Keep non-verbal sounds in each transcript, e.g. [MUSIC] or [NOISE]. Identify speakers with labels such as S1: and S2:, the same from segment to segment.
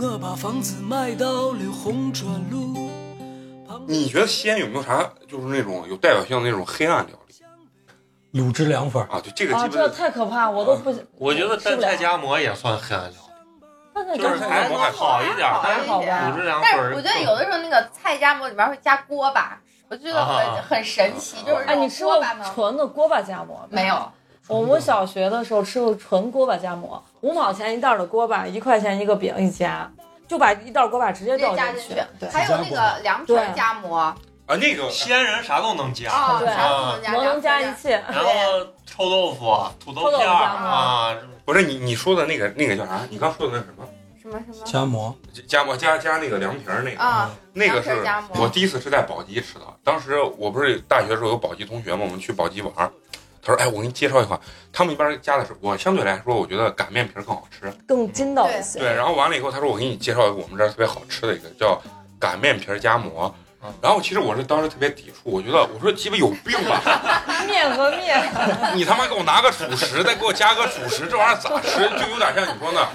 S1: 我把房子卖到了红砖路。旁边
S2: 你觉得西安有没有啥就是那种有代表性的那种黑暗料理
S3: 卤汁凉粉儿，
S2: 啊？就这个
S4: 啊，
S2: [LAUGHS] 基
S4: 这
S2: 本
S4: 太可怕，我都不。
S5: 我觉得
S4: 受
S5: 蛋
S4: 不
S5: 菜
S4: 了。
S5: 夹馍也算黑暗料理，
S4: 但在
S5: 就是
S4: 干
S5: 还
S4: 嘛
S5: 还好一点儿，
S6: 还
S5: 但
S6: 好一
S5: 是
S6: 点
S5: 卤汁凉粉
S6: 但
S5: 儿
S6: 是我觉得有的时候那个菜夹馍里面会加锅巴，我觉得
S5: 啊
S6: 很很神奇，就是那
S4: 哎，你
S6: 种
S4: 吃过
S6: 锅巴吗？
S4: 纯的锅巴夹馍
S6: 没？有，
S4: 我们小学的时候吃过纯锅巴夹馍，五毛钱一袋儿的锅巴，一块钱一个饼一夹，就把一袋锅巴直接
S6: 直接
S4: 倒
S6: 加
S4: 进
S6: 进
S4: 去
S6: 去。。还有那个凉皮儿夹馍啊，
S2: 啊那个
S5: [LAUGHS] 西安人啥都能夹，
S6: 哦
S5: 啊
S6: 啥都
S4: 对
S6: 能加，
S4: 馍能加一
S6: 凉皮儿
S4: 切，
S5: 然后臭豆腐、啊土豆
S4: 臭豆腐
S5: 片儿
S4: 夹馍
S5: 啊，
S2: 不是你你说的那个那个叫啥？你刚说的那什么？
S6: 什么什么
S3: 夹馍，
S2: 加加加加那个凉皮儿那个，
S6: 啊，
S2: 那个
S6: 凉皮
S2: 是
S6: 儿夹馍
S2: 我第一次是在宝鸡吃的。当时我不是大学的时候有宝鸡同学嘛，我们去宝鸡玩儿，他说：“哎，我给你介绍一款，他们一般加的是我相对来说，我觉得擀面皮儿更好吃。
S4: 更筋道一些。
S2: 对，然后完了以后，他说我给你介绍一个我们这儿特别好吃的一个叫擀面皮儿夹馍
S5: 嗯。
S2: 然后其实我是当时特别抵触，我觉得我说鸡巴有病吧，
S4: 面和面，
S2: 你他妈给我拿个主食，再给我加个主食，这玩意儿咋吃？就有点像你说那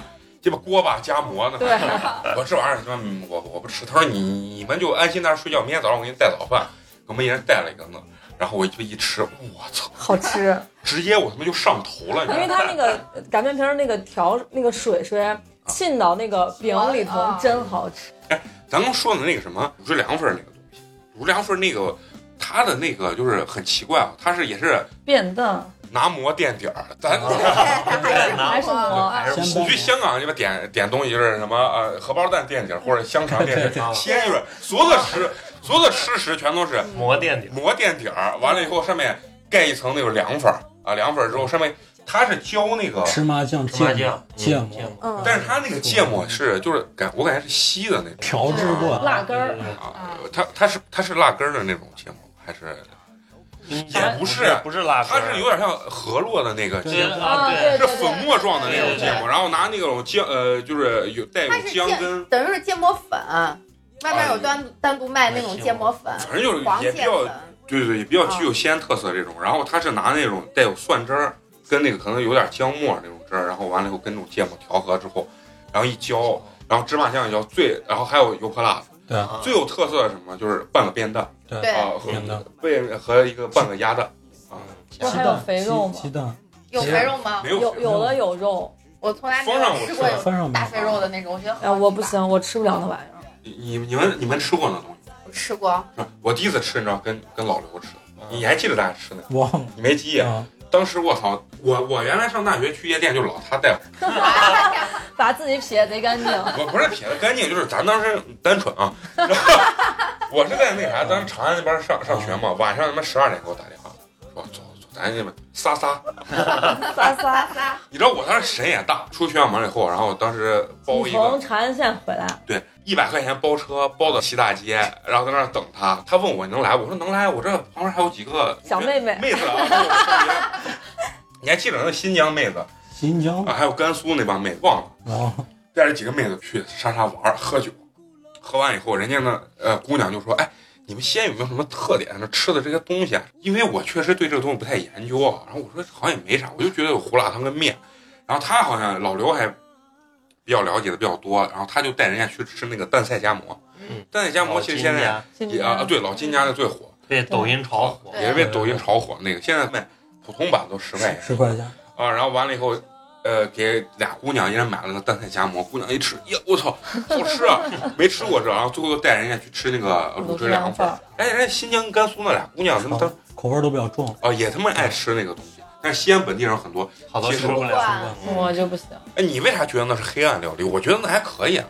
S2: 鸡巴锅巴夹馍呢。
S4: 对，
S2: [LAUGHS] 我这玩意儿他妈嗯我我不吃。他说你你们就安心在那儿睡觉，明天早上我给你带早饭。我们一人带了一个呢，然后我就一吃，我操，
S4: 好吃，
S2: 直接我他妈就上头了，你
S4: 因
S2: 知
S5: 哎
S4: 为
S2: 道吗？
S4: 它那个擀面皮儿那个调那个水水沁到那个饼里头，
S6: 啊
S4: 真好吃。
S2: 咱刚说的那个什么卤汁凉粉儿那个东西，卤汁凉粉儿那个它的那个就是很奇怪啊，它是也是
S4: 变淡，
S2: 拿馍垫底儿，咱。
S5: 还是
S4: 还是
S6: 哦
S4: 馍
S5: 还是
S3: 先
S2: 你去香港这边点点东西就是什么呃荷包蛋垫底儿或者香肠垫底
S5: 对
S2: 儿，
S5: 对
S2: 西安就是所有的吃所有的吃食全都是
S5: 馍垫底儿，
S2: 馍垫底儿，完了以后上面盖一层那种凉粉儿啊，凉粉儿之后上面它是浇那个，
S3: 芝麻酱、
S5: 芝麻
S3: 芥末
S5: 酱、、
S3: 芥
S5: 芥
S3: 末
S5: 末
S4: 嗯，
S2: 但是它那个芥末是就是感我感觉是稀的那种
S3: 调制过，
S4: 辣根儿，
S2: 啊，它它是它是辣根儿的那种芥末还是也不是
S5: 嗯不是辣根
S2: 它
S5: 儿，
S2: 是有点像河洛的那个芥
S5: 对
S2: 末，
S4: 啊，对
S5: 对
S4: 对
S2: 是
S4: 对，
S2: 粉末状的那种芥
S5: 对对
S2: 末，然后拿那种姜呃，就是有带有
S6: 它是
S2: 姜
S6: 芥
S2: 根，
S6: 等于是芥末粉，外面有单独单独卖那种芥末粉，
S2: 反正就是
S6: 黄
S2: 也
S6: 芥
S2: 比较
S6: 粉，
S2: 对对，对，比较具有西安特色这种。然后它是拿那种带有蒜汁儿跟那个可能有点姜末那种汁儿，然后完了以后跟那种芥末调和之后，然后一浇，然后芝麻酱一浇，最然后还有油泼辣子。
S4: 嗯
S3: 对啊，
S5: 啊
S2: 最有特色的是什么？就是拌个扁担
S6: 对
S2: 啊，和
S3: 扁担
S2: 贝和一个拌个鸭蛋啊，
S3: 鸡
S4: 不是还有
S3: 蛋、
S4: 肥肉吗
S3: 鸡鸡蛋
S6: 有肥肉吗？
S2: 没
S4: 有有的有肉，
S6: 我从来没
S2: 风上我
S6: 有吃过
S2: 吃
S6: 有
S3: 翻上
S6: 大
S3: 面，
S6: 肥肉的那种，我觉得很
S4: 哎，
S6: 好吃
S4: 我不
S6: 吧，
S4: 行，我吃不了那玩意儿。
S2: 你你你们你们吃过那东西吗？
S6: 我吃过，
S2: 是吧我第一次吃，你知道，跟跟老刘吃，你还记得咱俩吃那个？
S3: 忘了
S2: 你没记忆？
S3: 啊，
S2: 当时我操，我我原来上大学去夜店就老他带我。
S4: 把自己撇贼干净。
S2: [LAUGHS] 我不是撇的干净，就是咱当时单纯啊。 [LAUGHS] 我是在那啥，咱长安那边上上学嘛，晚上他妈十二点给我打电话，说走走，咱那边撒撒。
S4: 撒撒，
S6: 撒撒，
S2: 你知道我当时神也大，出学校门以后，然后我当时包
S4: 你
S2: 一
S4: 从
S2: 个，
S4: 长安县回来，
S2: 对，一百块钱包车包到西大街，然后在那儿等他。他问我你能来，我说能来，我这旁边还有几个
S4: 小妹妹
S2: 妹子啊。我说我上学
S4: [LAUGHS]
S2: 你还记得那新疆妹子
S3: 新疆
S2: 啊，还有甘肃那帮妹，忘了。
S3: 啊，
S2: 带着几个妹子去莎莎玩儿喝酒，喝完以后，人家呢，呃，姑娘就说：“哎，你们西安有没有什么特点？那吃的这些东西啊？因为我确实对这个东西不太研究啊。”然后我说：“好像也没啥，我就觉得有胡辣汤跟面。”然后他好像老刘还比较了解的比较多，然后他就带人家去吃那个蛋菜夹馍。
S5: 嗯，
S2: 蛋菜夹馍其实现在
S4: 今
S2: 也
S4: 年
S2: 啊，对老金家的最火，
S5: 被抖音炒火，
S6: 对
S2: 也是被抖音炒火那个。现在卖普通版都十块钱，
S3: 十块钱，
S2: 啊，然后完了以后，呃，给俩姑娘一人买了个蛋菜夹馍，姑娘一吃，呀，我操，好吃 [LAUGHS] 啊，没吃过这，然后最后又带人家去吃那个卤汁凉粉儿。哎，啊人家新疆、甘肃那俩姑娘，他们当
S3: 口味都比较重，
S2: 啊也他妈爱吃那个东西，但是西安本地人很多。
S5: 好多吃不
S6: 不
S5: 了。
S6: 管
S4: 我就不行，
S2: 哎，你为啥觉得那是黑暗料理？我觉得那还可以啊，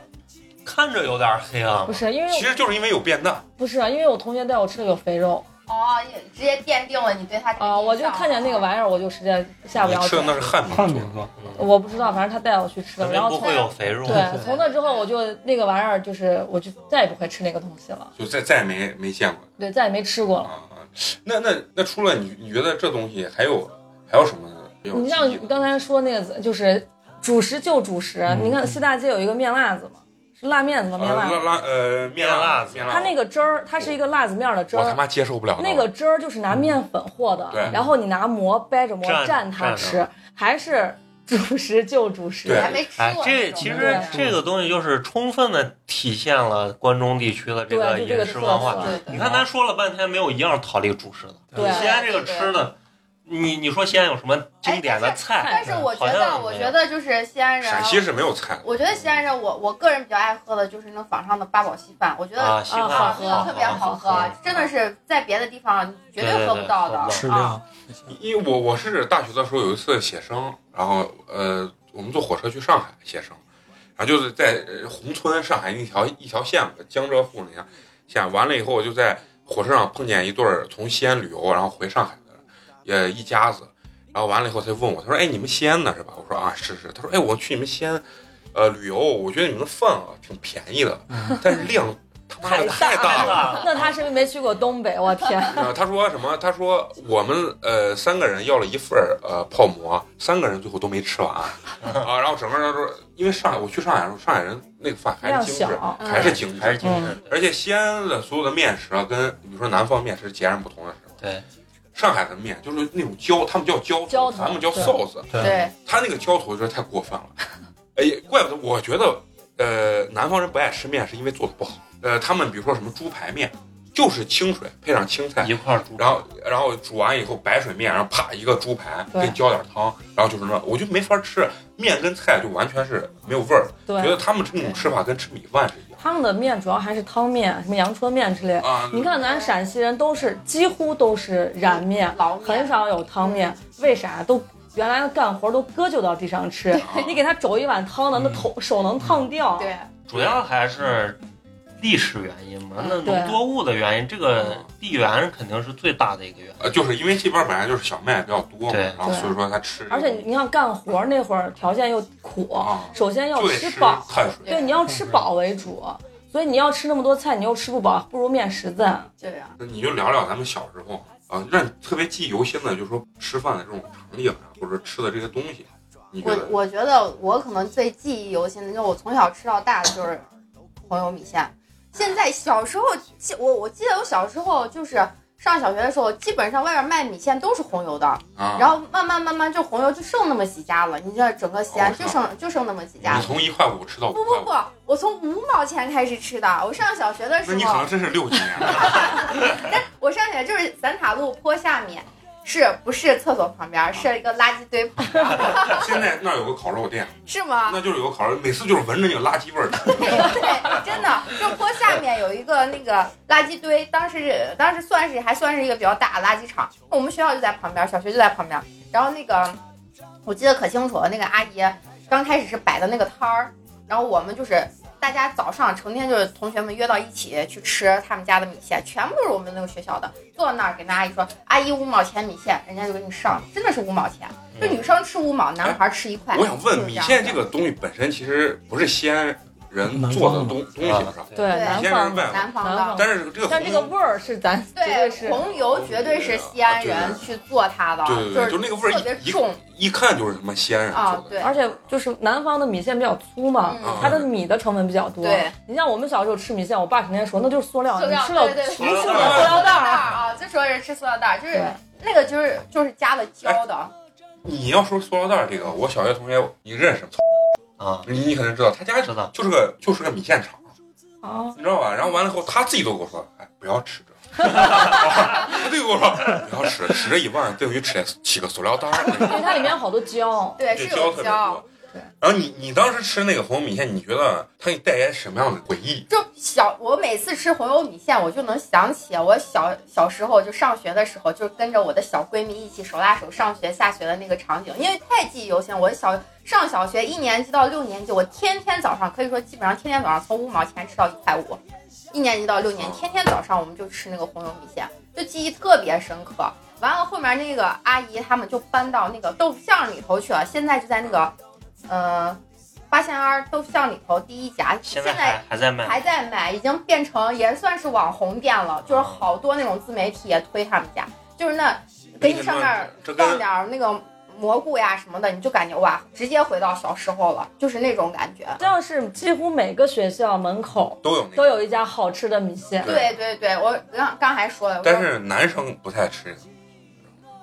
S5: 看着有点黑啊
S4: 不，是因为
S2: 其实就是因为有变淡。
S4: 不是因为我同学带我吃了有肥肉，
S6: 哦，也直接奠定了你对他这个
S4: 啊、我就看见那个
S6: 意
S4: 玩意儿，我就实在下不
S2: 你
S4: 了
S2: 吃
S4: 手
S2: 的。那是汉堡，
S3: 汉堡
S4: 我不知道，反正他带我去吃的，
S5: 肯
S4: 然
S5: 定
S4: 后
S5: 不
S4: 从
S5: 会有肥肉。
S4: 对从那之后我就那个玩意儿就是我就再也不会吃那个东西了，
S2: 就再再也没没见过
S4: 对，再也没吃过了。
S2: 啊。那那那除了你，你觉得这东西还有还有什么？比较
S4: 你
S2: 积极
S4: 像
S2: 的
S4: 刚才说那个字，就是主食就主食，你看西大街有一个面辣子嘛，是辣面子吗？
S2: 呃嗯
S4: 面辣
S2: 辣
S4: 子，
S2: 辣呃面辣面辣，
S4: 它那
S2: 个
S4: 个汁儿，它是一个辣子面的汁
S2: 我他
S4: 儿。
S2: 妈接受不了
S4: 那个汁儿就是
S6: 嗯
S4: 拿面粉和的
S2: 对，
S4: 然后你拿馍掰着馍
S5: 蘸
S4: 蘸它
S5: 蘸
S4: 吃，还是 [LAUGHS] 主食就主食
S2: 对
S6: 儿，还没吃
S5: 哎
S6: 过，
S5: 这其实
S4: 对
S5: 这个东西就是充分的体现了关中地区的这个
S4: 对就这个
S5: 饮食文
S4: 特
S5: 化。
S4: 色
S6: 对
S5: 你看咱说了半天，没有一样逃离主食的。
S4: 对哎
S5: 西安这个吃的，你你说西安有什么经典的菜？
S6: 但是我觉
S5: 好
S6: 得，
S5: 像
S6: 我觉得就是西安人，啊
S2: 陕西是没有菜的，
S6: 我觉得西安人，我我个人比较爱喝的就是那坊上的八宝稀饭，我觉得
S5: 啊，稀
S4: 啊
S5: 饭
S4: 好
S6: 啊
S4: 喝
S6: 那个特别好喝，真的是在别的地方绝
S5: 对对
S6: 喝不到的
S5: 喝不到
S3: 吃
S6: 啊。
S3: 量，
S2: 因为我我是大学的时候有一次写生，然后呃，我们坐火车去上海写生，然后就是在呃宏村上海一条一条线吧，江浙沪那条线，完了以后我就在火车上碰见一对儿从西安旅游然后回上海的人，呃一家子，然后完了以后他就问我，他说哎你们西安的是吧？我说啊是是，他说哎我去你们西安，呃旅游，我觉得你们的饭啊挺便宜的，但是量他妈的太大了。
S5: 了。
S4: [LAUGHS] 那他是不是没去过东北？
S2: [LAUGHS]
S4: 我天，
S2: 呃，他说什么？他说我们呃三个人要了一份儿呃泡馍，三个人最后都没吃
S5: [LAUGHS]
S2: 完啊。然后整个人都说，因为上海我去上海的时候，上海人那个饭还
S4: 量
S2: 是精致，嗯
S4: 小，
S2: 还是精
S5: 嗯还是
S2: 致。
S5: 精致，
S4: 嗯
S2: 而且西安的所有的面食啊，跟比如说南方面食截然不同的是，
S5: 对
S2: 上海的面就是那种浇，他们叫浇
S4: 浇
S2: 头，
S4: 头
S2: 咱们叫
S4: 对
S2: 臊子。
S6: 对，
S2: 他那个浇头有点太过分了，哎，怪不得我觉得呃南方人不爱吃面是因为做的不好。呃，他们比如说什么猪排面，就是清水配上青菜。
S5: 一块儿煮。
S2: 然后然后煮完以后白水面，然后啪一个猪排，
S4: 对
S2: 给你浇点汤，然后就是那，我就没法吃面跟菜就完全是没有味儿，觉得
S4: 对，
S2: 他们这种吃法跟吃米饭是一样
S4: 他们的面主要还是汤面，什么阳春面之类的。
S2: 啊。
S4: 你看咱陕西人都是几乎都是燃面，
S6: 老面
S4: 很少有汤
S6: 嗯
S4: 面，为啥？都原来干活都割就到地上吃，
S6: [LAUGHS]
S4: 你给他肘一碗汤的，那
S2: 嗯
S4: 头手能烫掉。
S6: 对，
S5: 主要还是历史原因嘛，那
S4: 对嗯
S5: 农作物的原因，这个地缘肯定是最大的一个原因。
S2: 呃，就是因为这边本来就是小麦比较多嘛，
S5: 对
S2: 然后所以说他吃这个，
S4: 而且你看干活那会儿条件又苦，
S2: 啊，
S4: 首先要
S2: 就得
S4: 吃
S2: 吃
S4: 饱，
S2: 碳水，
S4: 对，你要吃饱为主。所以你要吃那么多菜，你又吃不饱，不如面食赞。
S6: 这样
S2: 那你就聊聊咱们小时候啊，让你特别记忆犹新的，就是说吃饭的这种场景啊，或者说吃的这些东西，你觉
S6: 我
S2: 得
S6: 我觉得我可能最记忆犹新的，就是我从小吃到大的就是红油米线。现在小时候，记我我记得我小时候就是上小学的时候，基本上外边卖米线都是红油的，
S2: 啊？
S6: 然后慢慢慢慢就红油就剩那么几家了。你这整个西安
S2: 哦嗯
S6: 就剩就剩那么几家
S2: 你
S6: 了。
S2: 从一块五吃到五
S6: 不
S2: 块五
S6: 不不，，我从五毛钱开始吃的。我上小学的
S2: 那
S6: 时候，
S2: 你可能真是六几年的。
S4: [LAUGHS]
S6: 我上学就是散塔路坡下面，是不是厕所旁边？是一个垃圾堆旁边，
S2: 现在那儿有个烤肉店，
S6: 是吗？
S2: 那就是有个烤肉，每次就是闻着那个垃圾味儿出。
S6: 对，真的，就坡下面有一个那个垃圾堆，当时是当时算是还算是一个比较大的垃圾场，我们学校就在旁边，小学就在旁边。然后那个我记得可清楚了，那个阿姨刚开始是摆的那个摊儿，然后我们就是大家早上成天就是同学们约到一起去吃他们家的米线，全部都是我们那个学校的，坐在那儿给那阿姨说，阿姨五毛钱米线，人家就给你上，真的是五毛钱，就女生吃五毛，男孩吃一块。
S2: 嗯我想问，
S6: 就是
S2: 米
S6: 样
S2: 线
S6: 的
S2: 这个东西本身其实不是西安人做的东东西
S5: 啊
S2: 是吧？
S4: 对，
S6: 对
S4: 南
S2: 米线是
S4: 方
S2: 外
S6: 南方
S4: 南
S6: 的
S4: 方。
S2: 但是这个
S4: 但这个
S2: 红
S4: 味儿是咱绝对是
S6: 对，红油绝对是西安人去做它的，
S2: 啊对对对，
S6: 啊是
S2: 就那个味
S6: 特别
S2: 儿一
S6: 重。
S2: 一一看就是什么西安人
S6: 啊
S2: 做的
S6: 对
S4: 而且就是南方的米线比较粗嘛，
S2: 啊
S6: 嗯
S4: 它的米的成分比较多。
S6: 对，
S4: 你像我们小时候吃米线，我爸成天说那就是塑料，
S6: 塑料
S4: 你吃了
S6: 对对对
S4: 你吃
S5: 塑料
S4: 了塑料袋
S6: 袋儿
S4: 儿。
S6: 啊，就说是吃塑料袋儿，就是
S4: 对
S6: 那个就是就是加了胶
S2: 哎
S6: 的，
S2: 你要说塑料袋儿这个，我小学同学你认识吗？
S5: 啊，
S2: 你你可能知道，他家
S5: 知道
S2: 就是个就是个米线厂，
S4: 啊，
S2: 你知道吧？然后完了以后，他自己都跟我说，哎，不要吃这。 [LAUGHS] 他就跟我说不要吃，吃这一碗等于吃起个塑料袋儿。
S4: 因为它里面有好多胶。
S6: 对，
S2: 这
S6: 是
S2: 胶
S6: 有
S2: 特别
S6: 胶
S2: 多。。
S4: 对
S2: 然后你你当时吃那个红油米线，你觉得它给你带来什么样的回忆？
S6: 就小，我每次吃红油米线，我就能想起啊我小小时候就上学的时候，就是跟着我的小闺蜜一起手拉手上学下学的那个场景，因为太记忆犹新。我小上小学一年级到六年级，我天天早上可以说基本上天天早上从五毛钱吃到一块五，一年级到六年，天天早上我们就吃那个红油米线，就记忆特别深刻。完了后面那个阿姨他们就搬到那个豆腐巷里头去了，现在就在那个，呃，八仙庵豆腐巷里头第一家，
S5: 现
S6: 现
S5: 在还还在
S2: 嗯
S5: 卖，
S6: 还在卖，已经变成也算是网红店
S2: 哦
S6: 了，就是好多那种自媒体也推他们家，就是那给你上面儿
S2: 这跟
S6: 放点儿那个蘑菇呀什么的，你就感觉哇，直接回到小时候了，就是那种感觉。
S4: 像是几乎每个学校门口
S2: 都有那个
S4: 都有一家好吃的米线，
S2: 对
S6: 对对对，我刚刚还说了，我
S2: 但是男生不太吃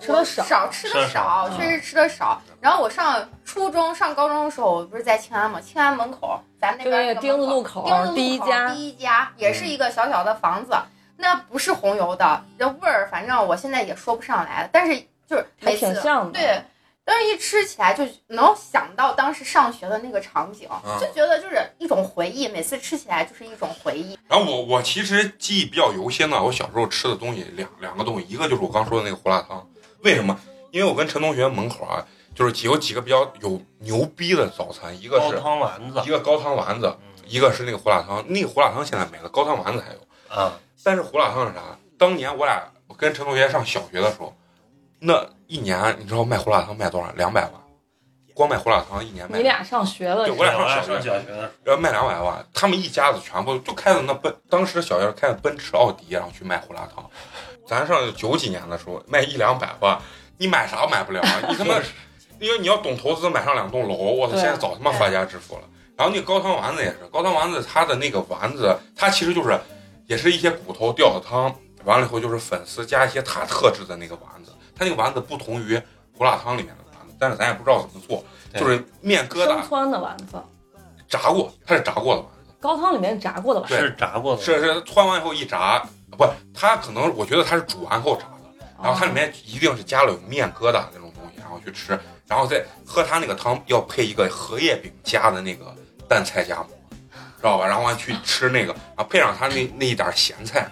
S4: 吃的
S6: 少，
S4: 少
S6: 吃的
S5: 吃得少
S6: 确实吃的少。然后我上初中、上高中的时候，我不是在庆安嘛，庆安门口，咱们那边
S4: 就
S6: 那
S4: 那个
S6: 个
S4: 丁字
S6: 门口
S4: 路口
S6: 丁字路
S4: 第一
S6: 口
S4: 家
S6: 第一家也是一个小小的房子，那不是红油的，这味儿反正我现在也说不上来了，但是就是
S4: 还
S6: 每次
S4: 挺像的。
S6: 对，但是一吃起来就能想到当时上学的那个场景，
S2: 嗯
S6: 就觉得就是一种回忆，每次吃起来就是一种回忆。
S2: 然后我我其实记忆比较犹新的，我小时候吃的东西两两个东西，一个就是我刚说的那个胡辣汤，为什么？因为我跟陈同学门口啊，就是有几个比较有牛逼的早餐，一个
S5: 高
S2: 是
S5: 汤丸子嗯
S2: 一个高汤丸子，一个是那个胡辣汤，那个胡辣汤现在没了，高汤丸子还有。
S5: 啊，
S2: 但是胡辣汤是啥？当年我俩我跟陈同学上小学的时候，那一年你知道卖胡辣汤卖多少？两百万，光卖胡辣汤一年卖
S4: 你俩上学了
S2: 对，
S5: 我
S2: 我俩
S5: 俩
S2: 上
S5: 上
S2: 小学
S5: 小学的时候，
S2: 要卖两百万，他们一家子全部就开的那奔，当时小学开的奔驰、奥迪，然后去卖胡辣汤。咱上九几年的时候卖一两百万，你买啥买不了啊？你他妈，因为你要懂投资，买上两栋楼，我操，
S4: 对
S2: 现在早他妈发家致富了。然后那个高汤丸子也是，高汤丸子它的那个丸子，它其实就是也是一些骨头吊的汤，完了以后就是粉丝加一些它特制的那个丸子。它那个丸子不同于胡辣汤里面的丸子，但是咱也不知道怎么做，
S5: 对
S2: 就是面疙瘩
S4: 生汆的丸子，
S2: 炸过，它是炸过的丸子。
S4: 高汤里面炸过的丸子，
S2: 对
S5: 是炸过的，
S2: 是是，汆完以后一炸，不，它可能我觉得它是煮完后炸的，然后它里
S4: 哦
S2: 面一定是加了有面疙瘩那种东西，然后去吃，然后再喝它那个汤要配一个荷叶饼加的那个淡菜夹馍，知道吧？然后完去吃那个，啊，配上它那那一点咸菜，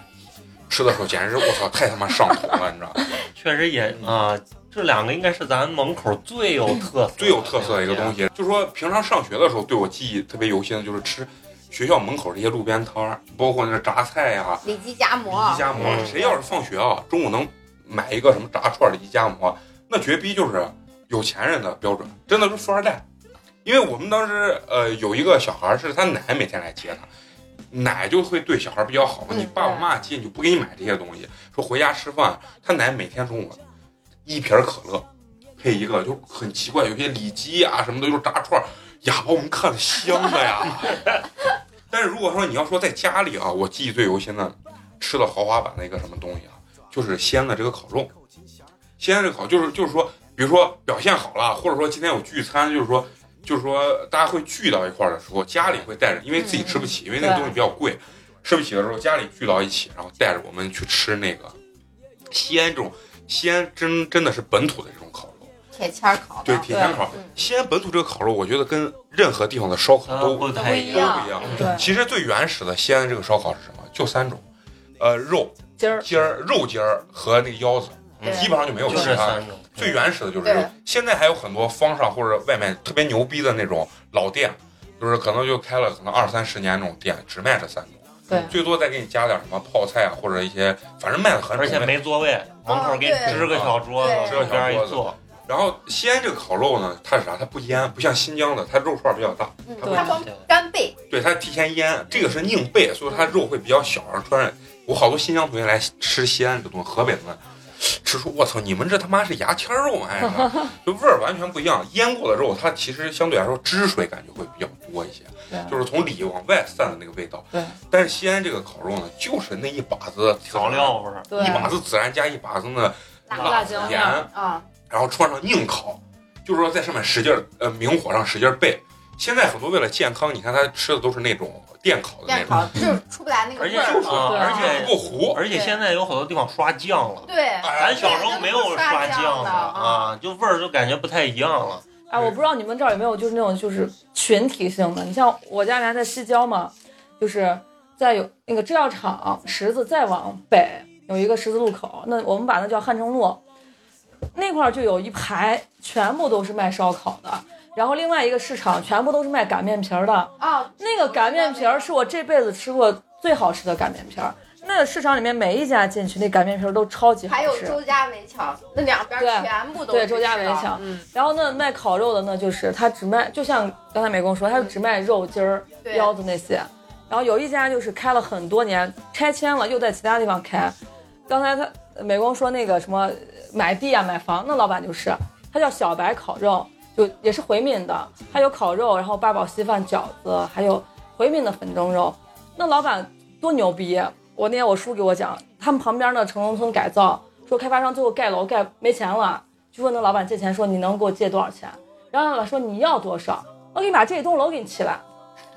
S2: 吃的时候简直是我操，太他妈上头了，你知道吗？
S5: 确实也
S2: 嗯
S5: 啊，这两个应该是咱门口最有特色、
S2: 最有特色的一个东
S5: 西。
S2: 西，就说平常上学的时候对我记忆特别犹新的就是吃学校门口这些路边摊儿，包括那榨菜呀、
S6: 里脊夹
S2: 一
S6: 馍，
S2: 家馍，
S5: 嗯
S2: 谁要是放学啊，中午能买一个什么炸串的一家馍，那绝逼就是有钱人的标准，真的是富二代。因为我们当时呃有一个小孩儿是他奶每天来接他，奶就会对小孩儿比较好嘛。
S6: 嗯
S2: 你爸我妈接你就不给你买这些东西，说回家吃饭，他奶每天中午一瓶儿可乐配一个，就很奇怪，有些里脊啊什么的，就是炸串儿呀，把我们看的香的呀。但是如果说你要说在家里啊，我记忆最犹新的吃的豪华版的一个什么东西啊，就是西安的这个烤肉。西安这个烤就是就是说，比如说表现好了，或者说今天有聚餐，就是说就是说大家会聚到一块儿的时候，家里会带着，因为自己吃不起，因为那个
S4: 对
S2: 东西比较贵，吃不起的时候家里聚到一起，然后带着我们去吃那个西安这种西安真真的是本土的这种烤肉，
S6: 铁签儿烤的。
S2: 对铁签烤
S6: 嗯。
S2: 西安本土这个烤肉，我觉得跟任何地方的烧烤
S5: 它
S2: 都
S5: 啊不
S2: 都
S5: 太
S2: 不
S5: 一
S2: 一
S5: 样，
S2: 样。
S4: 对，
S2: 其实最原始的西安这个烧烤是什么？就三种，呃，肉
S4: 今哦儿
S2: 筋儿、肉筋儿和那个腰子，
S5: 嗯
S2: 基本上就没有
S5: 就
S2: 其
S5: 这
S2: 他的。
S5: 三种。
S2: 最原始的就是
S6: 对
S2: 肉。现在还有很多方上或者外面特别牛逼的那种老店，就是可能就开了可能二三十年那种店，只卖这三种，
S4: 对
S2: 最多再给你加点什么泡菜啊，或者一些，反正卖的很
S5: 而且
S2: 种类。
S5: 没座位，门口给
S6: 对
S5: 你支个小桌
S6: 对
S5: 子，
S2: 支个小桌子
S5: 往边一坐，
S2: 然后西安这个烤肉呢，它是啥？它不腌，不像新疆的，它肉串比较大，
S6: 嗯，
S2: 对
S6: 它光干贝，
S2: 对，它提前腌，这个是硬背，所以它肉会比较小。然后突然，我好多新疆同学来吃西安这东西，河北的呢，吃出我操，你们这他妈是牙签肉吗？还是
S4: [LAUGHS]
S2: 啥就味儿完全不一样。腌过的肉，它其实相对来说汁水感觉会比较多一些，
S4: 对
S2: 就是从里往外散的那个味道。
S4: 对
S2: 但是西安这个烤肉呢，就是那一把子孜
S5: 调
S2: 然，
S5: 料味儿。
S2: 一把
S4: 对，
S2: 子孜然加一把子呢
S4: 辣椒嗯
S2: 盐，
S6: 啊，
S2: 然后穿上硬烤，就是说在上面使劲儿，呃，明火上使劲儿焙。现在很多为了健康，你看他吃的都是那种电烤的那
S6: 电
S2: 种，
S6: 烤就是出不来那个
S5: 而
S6: 味
S5: 且
S6: 儿
S5: 就是
S6: 了。
S5: 啊
S4: 对
S5: 而
S2: 不
S5: 且
S2: 够糊。
S5: 而且现在有好多地方刷酱了，
S6: 对，
S5: 咱小时候没有刷酱
S6: 对
S5: 的
S6: 啊
S5: 啊，就味儿就感觉不太一样了。
S4: 哎，我不知道你们这儿有没有就是那种就是群体性的，你像我家原来在西郊嘛，就是在有那个制药厂十字再往北有一个十字路口，那我们把那叫汉城路，那块儿就有一排全部都是卖烧烤的，然后另外一个市场全部都是卖擀面皮儿的，
S6: 啊，
S4: 那个擀面皮儿是我这辈子吃过最好吃的擀面皮儿。那的市场里面每一家进去那擀面皮儿都超级好
S6: 还有
S4: 吃。
S6: 周家围墙，那两边
S4: 对
S6: 全部都
S4: 对
S6: 是
S4: 周家
S6: 吃
S4: 围
S6: 的
S4: 墙
S6: 嗯，
S4: 然后呢，卖烤肉的呢，就是他只卖，就像刚才美工说，他只卖肉筋儿、
S6: 对
S4: 腰子那些。然后有一家就是开了很多年，拆迁了又在其他地方开。刚才他美工说那个什么呃买地啊、买房，那老板就是他叫小白烤肉，就也是回民的，他有烤肉，然后八宝稀饭、饺子，还有回民的粉蒸肉。那老板多牛逼！我那天我叔给我讲，他们旁边的城中村改造，说开发商最后盖楼盖没钱了，就问那老板借钱，说你能给我借多少钱？然后老板说你要多少，我给你把这一栋楼给你起来。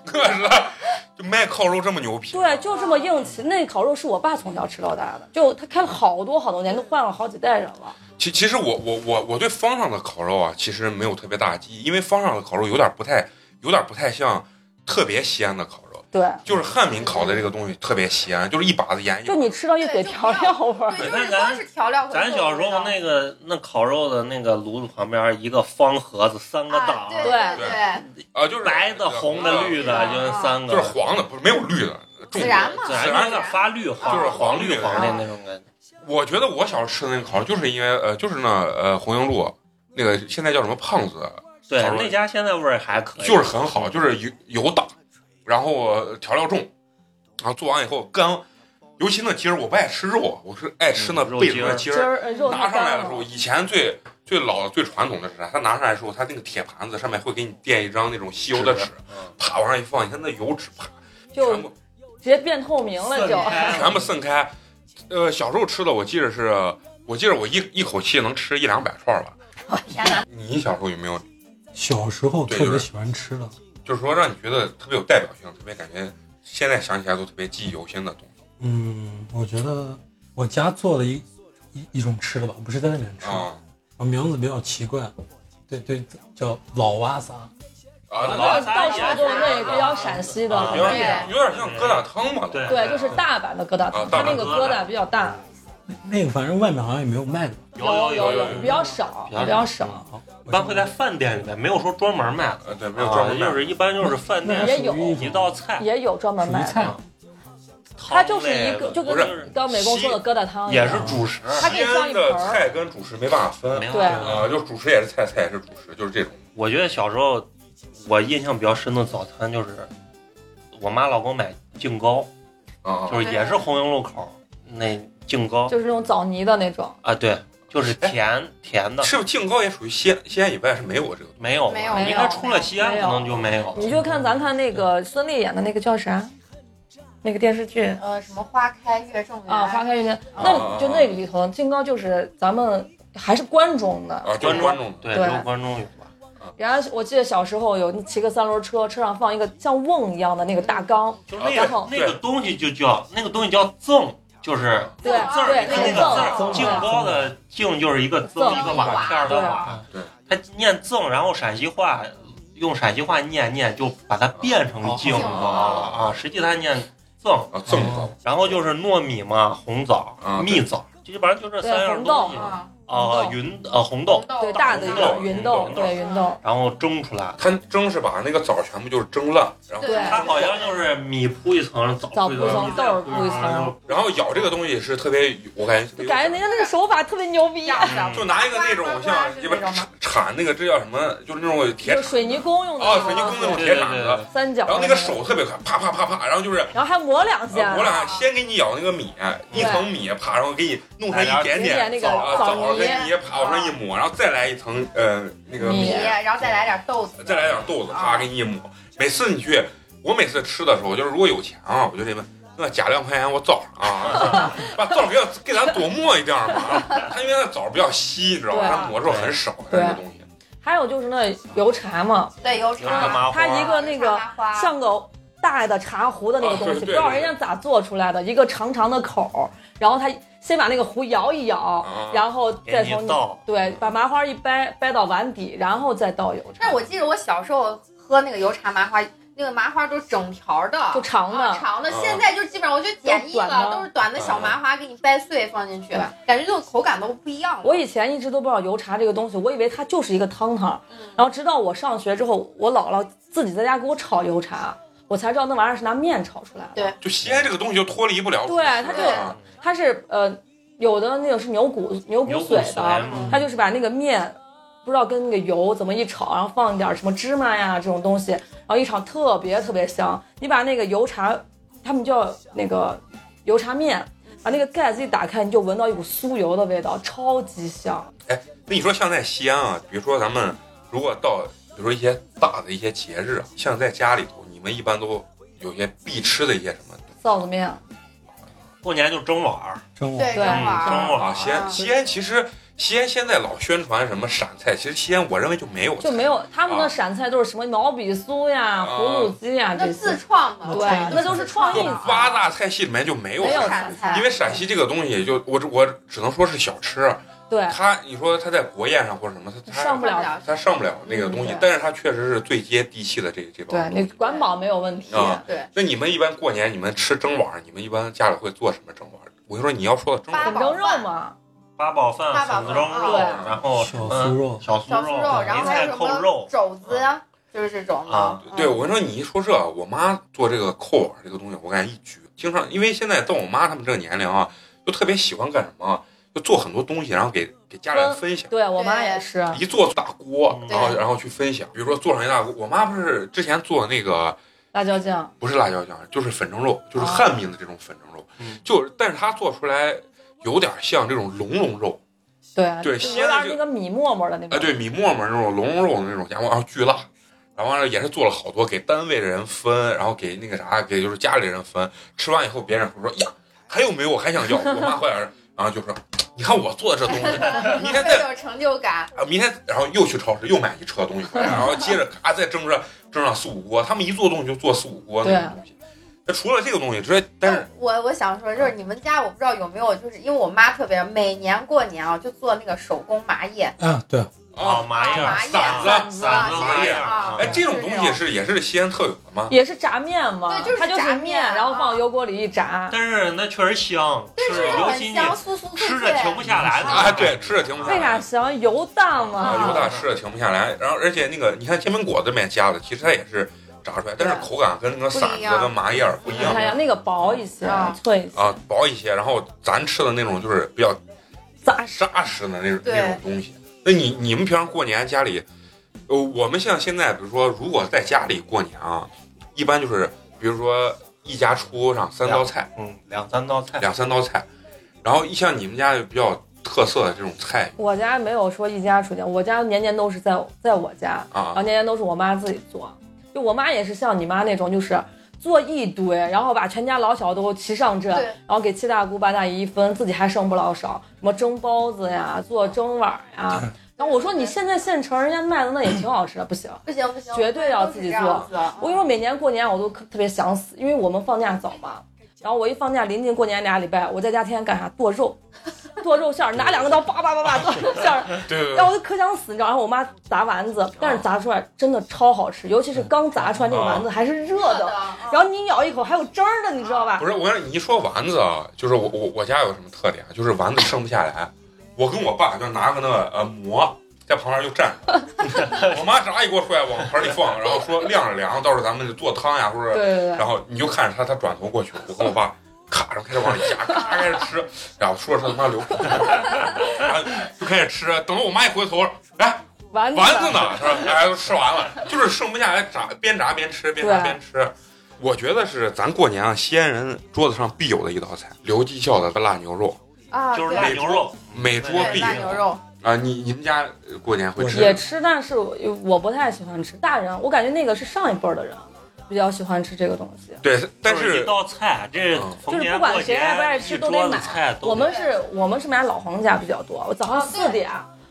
S2: 可是 [LAUGHS] 就卖烤肉这么牛皮，啊
S4: 对，就这么硬气。那烤肉是我爸从小吃到大的，就他开了好多好多年，都换了好几代人了。
S2: 其其实我我我我对方上的烤肉啊，其实没有特别大的记忆，因为方上的烤肉有点不太有点不太像特别西安的烤肉，
S4: 对，
S2: 就是汉民烤的这个东西特别西安，就是一把子盐，一把
S4: 就
S2: 子
S4: 你吃到一嘴
S6: 对就
S4: 调料味儿。
S6: 对，
S5: 那
S6: 就是
S5: 咱
S6: 光是调料和
S5: 咱
S6: 肉
S5: 小时
S6: 味
S5: 候那个那烤肉的那个炉子旁边一个方盒子，三个
S6: 道
S5: 档
S6: 啊，，对
S2: 对
S6: 对，
S2: 啊，就是
S5: 白的、红的、绿的，
S6: 啊
S5: 就是三个，
S2: 就是黄的，不是没有绿的，重
S6: 孜然嘛
S5: 自然有点发绿黄，
S2: 就是黄
S5: 黄
S2: 绿
S5: 绿黄的那种感觉。
S2: 我觉得我小时候吃的那个烤肉，就是因为呃，就是那呃红缨路那个现在叫什么胖子，
S5: 对
S2: 烤肉，
S5: 那家现在味儿还可以，
S2: 就是很好，就是油油大，然后呃调料重，然后做完以后干，尤其那筋儿，我不爱吃肉，我是爱吃那
S5: 嗯肉
S2: 背
S5: 筋
S2: 着那
S5: 儿
S2: 筋
S4: 今
S2: 儿。
S4: 儿呃肉
S2: 拿
S4: 太
S2: 上来
S4: 干
S2: 的时候，
S4: 了，
S2: 以前最最老的、最传统的是啥？他拿上来的时候，他那个铁盘子上面会给你垫一张那种吸油的纸，
S5: 嗯
S2: 啪往上一放，你看那油脂啪，
S4: 就
S2: 全部
S4: 直接变透明了， [LAUGHS] 就
S5: 散开
S2: 全部渗开。呃，小时候吃的，我记着是，我记着我一一口气能吃一两百串儿吧。
S6: 天哪，
S2: 你小时候有没有？
S3: 小时候
S2: 对
S3: 特
S2: 就是
S3: 别喜欢吃的，
S2: 就是说让你觉得特别有代表性，特别感觉现在想起来都特别记忆犹新的东西
S3: 嗯，我觉得我家做的一一一种吃的吧，不是在那边吃的，
S2: 啊
S3: 啊名字比较奇怪，对对，叫老蛙撒，
S2: 啊！
S5: 老
S4: 到
S5: 老
S4: 到处都是那比较陕西的
S5: 啊，
S2: 有
S4: 对
S2: 点有点像疙瘩汤嘛，
S5: 对
S4: 对，就是大阪的疙瘩
S2: 啊
S4: 汤，
S2: 大
S4: 它
S2: 阪
S4: 那个
S5: 疙
S4: 疙
S5: 瘩
S4: 瘩比较大，
S3: 那那个反正外面好像也没有卖的
S5: 有有嗯
S4: 有
S2: 有
S4: 比较少，比较少，
S3: 啊，好，
S5: 一般会在饭店里面，没有说专门卖的，
S2: 呃对，没有专门
S5: 啊
S2: 卖
S5: 就是一般就是饭
S3: 那
S5: 店
S4: 也
S3: 属于
S4: 有
S3: 一种
S5: 一道菜，
S4: 也有专门
S3: 属于
S4: 卖的。
S3: 菜，
S4: 它就是一个，就
S5: 汤类的
S2: 不
S4: 跟
S2: 是
S4: 刚刚美工说的疙瘩汤一
S5: 也
S4: 样，
S5: 是主食，
S4: 它可以
S2: 西
S4: 装
S2: 安
S4: 一盆
S2: 的
S4: 儿
S2: 菜跟主食没办法分
S5: 没有
S4: 对
S2: 啊，就是主食也是菜，菜也是主食，就是这种。
S5: 我觉得小时候我印象比较深的早餐就是我妈老给我买净糕，
S2: 啊
S5: 就是也是红缨路口那净糕
S4: 就是那种枣泥的那种。
S5: 啊，对，就是甜甜的
S2: 啊！，是不是靖高也属于西安西安以外是没有这个？
S5: 没有
S6: 没有
S5: 应该除了西安
S4: 没有
S5: 可能就没有。
S4: 你就看咱看那个孙俪演的那个叫啥，那个电视剧
S6: 呃，什么花开月正圆
S4: 啊，《花开月圆》，
S2: 啊
S4: 那就那个里头，靖高就是咱们还是关中的。
S2: 啊，就是观众
S5: 对，
S4: 对
S5: 只有关中有吧？
S4: 原来我记得小时候有骑个三轮车，车上放一个像瓮一样的那个大缸，
S5: 呃就是那
S4: 然后
S5: 个那个东西就叫那个东西叫赠，就是
S4: 对
S6: 那个字儿
S4: 对，
S5: 你看
S4: 那
S5: 那
S4: 个
S5: 个
S4: 瓮
S5: 字儿，
S3: 赠
S5: 净高的净就是一个增
S4: 赠
S5: 一个瓦片儿的瓦，
S2: 对，
S5: 它念赠，然后陕西话用陕西话念念，就把它变成净
S4: 哦
S5: 高了啊，实际它念赠，
S2: 啊，赠高
S5: 然后就是糯米嘛，红枣
S2: 啊、对
S5: 蜜枣，就基本上就这三样东西
S4: 对
S5: 啊，
S6: 啊，
S4: 红豆
S5: 云呃红豆，
S4: 对大的一个
S2: 云
S4: 芸
S2: 豆
S4: 豆
S2: 云，豆
S4: 对芸豆，
S5: 然后蒸出来。
S2: 它蒸是把那个枣全部就是蒸烂，
S6: 啊
S2: 然后
S4: 对
S5: 它好像就是米铺一层，枣
S4: 枣
S5: 铺一
S4: 铺
S5: 层，
S4: 层，
S5: 米
S4: 豆
S5: 再
S4: 儿
S5: 铺
S4: 铺一层，
S5: 层，
S2: 然后咬这个东西是特别有，我感觉特别
S4: 就
S2: 有
S4: 感觉人家那个手法特别牛逼，
S5: 嗯
S2: 就拿一个那种像里边铲铲那个，这叫什么？就是那种铁
S4: 就
S2: 铲
S4: 水泥工用的
S2: 啊，水泥工那种铁铲
S5: 对对
S2: 子
S5: 对，
S4: 三角，
S2: 然后那个，手特别快，啪啪啪啪，然后就是。
S4: 然后还磨两下
S2: 呃，我俩先给你舀那个米，一层米，啪，然后给你弄上一点
S4: 点那个
S2: 枣啊
S4: 枣
S2: 枣
S4: 泥
S2: 跟泥，啪往上一抹，然后再来一层呃那个
S4: 米
S6: 米，然后再来点豆子，
S2: 再来点豆子，啪给你一抹。每次你去，我每次吃的时候，就是如果有钱啊，我就得问，那加两块钱我枣上啊， [LAUGHS] 把枣给我给咱多磨一点嘛。它因为那枣比较稀，你知道吧？
S4: 对啊
S2: 它磨之后很少这
S4: 对
S2: 个东西。
S4: 还有就是那油茶嘛，
S6: 对，油
S5: 有那个
S6: 茶，
S2: 啊
S5: 麻花，
S4: 它一个那个
S6: 茶花
S4: 像个大的茶壶的那个东
S2: 啊对
S4: 西，不
S2: 对
S4: 知道人家咋做出来的，一个长长的口儿，然后它先把那个壶摇一摇
S2: 啊，
S4: 然后再
S5: 给
S4: 从
S5: 哎你倒
S4: 对把麻花一掰掰到碗底，然后再倒油茶。
S6: 但我记得我小时候喝那个油茶麻花，那个麻花都是整条的，
S4: 就长的
S6: 啊长的。
S2: 啊
S6: 现在就基本上我觉得简易
S4: 都是短
S6: 了，
S4: 的嗯
S6: 都是短的小麻花，给你掰碎放进去，感觉这种口感都不一样了。
S4: 我以前一直都不知道油茶这个东西，我以为它
S5: 嗯
S4: 就是一个汤汤，然后直到我上学之后，我姥姥自己在家给我炒油茶，我才知道那玩意儿是拿面炒出来的。
S6: 对
S2: 就西安这个东西就脱离不了。
S4: 对它就
S2: 啊
S4: 它是呃，有的那种是牛骨牛骨
S5: 牛骨
S4: 髓
S5: 髓
S4: 的，
S5: 嘛
S4: 它就是把那个面不知道跟那个油怎么一炒，然后放一点什么芝麻呀这种东西，然后一炒特别特别香。你把那个油茶，他们叫那个油茶面，把那个盖子一打开，你就闻到一股酥油的味道，超级香。
S2: 那你说像在西安啊，比如说咱们如果到比如说一些大的一些节日，啊，像在家里头，你们一般都有些必吃的一些什么
S4: 臊子面，
S5: 过年就蒸碗儿，
S3: 真我
S6: 对，蒸
S4: 对
S5: 嗯，
S6: 碗
S5: 蒸碗
S2: 啊？
S5: 儿，
S2: 西安西安其实西安现在老宣传什么陕菜，其实西安我认为就没有
S4: 就没有他们的陕菜都是什么毛笔酥呀、
S2: 啊
S4: 葫芦鸡呀
S6: 那
S4: 这
S6: 自
S4: 些，
S6: 创的，
S3: 那
S4: 对，那都是创
S2: 就
S4: 意的。
S2: 八大菜系里面就没有
S4: 没有
S2: 陕
S6: 陕菜
S2: 因为陕西这个东西就我只我只能说是小吃，
S4: 对，
S2: 它你说它在国宴上或者什么，它它
S4: 上不了
S2: 它上不了那个东西
S4: 嗯对，
S2: 但是它确实是最接地气的这这帮
S4: 对
S2: 东西。
S4: 你管饱没有问题。
S2: 啊
S6: 对，
S2: 那你们一般过年你们吃蒸碗儿，你们一般家里会做什么蒸碗儿？我就说你要说的蒸碗儿，
S6: 八
S4: 粉蒸肉嘛，
S5: 八宝
S6: 八
S5: 饭、
S6: 宝饭
S5: 粉蒸肉，
S4: 对
S5: 然后
S3: 小酥肉
S5: 嗯小
S6: 小
S5: 酥
S6: 酥肉，然
S5: 梅
S6: 后还
S5: 菜
S6: 有什
S5: 扣
S6: 么
S5: 肉，
S6: 肘子呀，就是这种的
S5: 啊。
S2: 对，我跟你说你一说这，我妈做这个扣碗儿这个东西，我感觉一绝。经常因为现在到我妈他们这个年龄啊，就特别喜欢干什么啊，就做很多东西，然后给给家人分享。
S4: 对我妈也是。
S2: 一做大锅，
S5: 嗯对
S2: 然后然后去分享，比如说做上一大锅。我妈不是之前做那个
S4: 辣椒酱，
S2: 不是辣椒酱，就是粉蒸肉，就是
S4: 啊
S2: 汉民的这种粉蒸肉，
S5: 哦嗯
S2: 就是，但是它做出来有点像这种龙龙肉，
S4: 对
S2: 对
S4: 就是啊
S2: 西
S4: 有
S2: 安的
S4: 点
S2: 这
S4: 那个米沫沫的那
S2: 哎，
S4: 种。
S2: 对，米沫沫那种龙龙肉的那种家伙，然后巨辣，然后完了也是做了好多给单位的人分，然后给那个啥，给就是家里人分，吃完以后别人会说呀，还有没有？我还想要，我妈会，然后就说，你看我做的这东西，明天再
S6: 嗯特有成就感，
S2: 啊，明天然后又去超市又买一车东西回来，然后接着咔再蒸上蒸上四五锅，他们一做东西就做四五锅那种东西。那除了这个东西之外，但是
S6: 我我想说，就是你们家我不知道有没有，就是因为我妈特别每年过年啊，就做那个手工麻叶，
S3: 啊，对，
S4: 哦
S5: 啊，麻叶
S6: 麻
S5: 儿、
S6: 叶
S5: 馓子、
S6: 啊
S5: 馓子、麻叶儿
S6: 啊
S5: 啊
S2: 哎，这种东西是也是西安特有的吗？
S4: 也是炸面嘛，
S6: 对就是
S4: 它就
S6: 炸
S4: 是
S6: 面
S4: 面，
S6: 啊
S4: 然后放油锅里一
S2: 嗯
S4: 炸。
S5: 但是那确实香，
S6: 但
S5: 吃
S6: 是
S5: 尤
S6: 很
S5: 其你
S6: 香，酥酥脆
S5: 吃
S6: 脆
S5: 着。停不下来的
S2: 啊，对，吃着停不下来。
S4: 为啥香？油大
S2: 啊，
S4: 嘛。
S2: 油大吃的停不下来。然后，而且那个，你看煎饼果子里面加的，其实它也是炸出来，但是口感跟那个馓
S6: 不一
S2: 子
S6: 样
S2: 跟麻叶儿不一样
S4: 哎呀，那个薄一些
S6: 啊，
S4: 脆一些，
S2: 啊，薄一些。然后咱吃的那种就是比较
S4: 扎实。
S2: 扎实的那种
S6: 对
S2: 那种东西。那你你们平常过年家里，呃，我们像现在，比如说，如果在家里过年啊，一般就是比如说一家出上三道菜，
S5: 嗯，两三道菜，
S2: 两三道菜，然后像你们家就比较特色的这种菜
S4: 我家没有说一家出去，我家年年都是在在我家，然后
S2: 啊，
S4: 年年都是我妈自己做。就我妈也是像你妈那种，就是做一堆，然后把全家老小都齐上阵，
S6: 对
S4: 然后给七大姑八大姨一分，自己还剩不老少。什么蒸包子呀，做蒸碗
S2: [LAUGHS]
S4: 呀。然后我说你现在现成人家卖的那也挺好吃的，不行。
S6: 不行不行，
S4: 绝对要自己做
S6: 都是这样子。
S4: 我跟你说，每年过年我都特特别想死，因为我们放假早嘛。然后我一放假，临近过年俩礼拜，我在家天天干啥？剁肉，剁肉馅儿，拿两个刀叭叭叭叭剁肉馅儿，
S2: 对对
S4: 然
S2: 对
S4: 后我就可想死，你知道？然后我妈砸丸子，但是砸出来真的超好吃，尤其是刚砸出来那个丸子还是热
S6: 热
S4: 的，
S6: 的嗯
S4: 然后你咬一口还有汁儿的，你知道吧
S2: [LAUGHS] 不？是，我跟你一说丸子啊，就是我我我家有什么特点啊，就是丸子剩不下来，我跟我爸就拿个那个呃馍在旁边就站着， [LAUGHS] 我妈炸一锅出来往盆里放，然后说晾着凉，到时候咱们就做汤呀，或者
S4: 对对对对
S2: 然后你就看着他，他转头过去，我跟我爸卡上开始往里夹，咔开始吃，然后说着他妈流口水，然后就开始吃，等到我妈一回头，哎来
S4: 丸子，
S2: 丸子呢？他说哎都吃完了，就是剩不下来，炸边炸边吃，边炸边吃。我觉得是咱过年啊，西安人桌子上必有的一道菜，刘记孝的辣牛肉，
S6: 啊，
S5: 就是
S6: 对
S5: 辣牛肉，
S2: 每桌
S6: 对
S2: 必
S6: 辣
S2: 有
S6: 牛肉，
S2: 啊。你你们家呃过年会吃
S4: 也吃，但是我我不太喜欢吃。大人，我感觉那个是上一辈儿的人比较喜欢吃这个东西。
S2: 对，但
S5: 就是一道菜，这
S2: 嗯
S5: 逢
S4: 就是
S5: 年
S4: 不管
S5: 过
S4: 谁
S5: 节
S4: 爱不爱吃
S5: 一
S4: 都得
S5: 桌子
S4: 买
S5: 菜都
S4: 我们
S5: 得
S4: 是我们是买老黄家比较多，我早上
S6: 哦对
S4: 四点。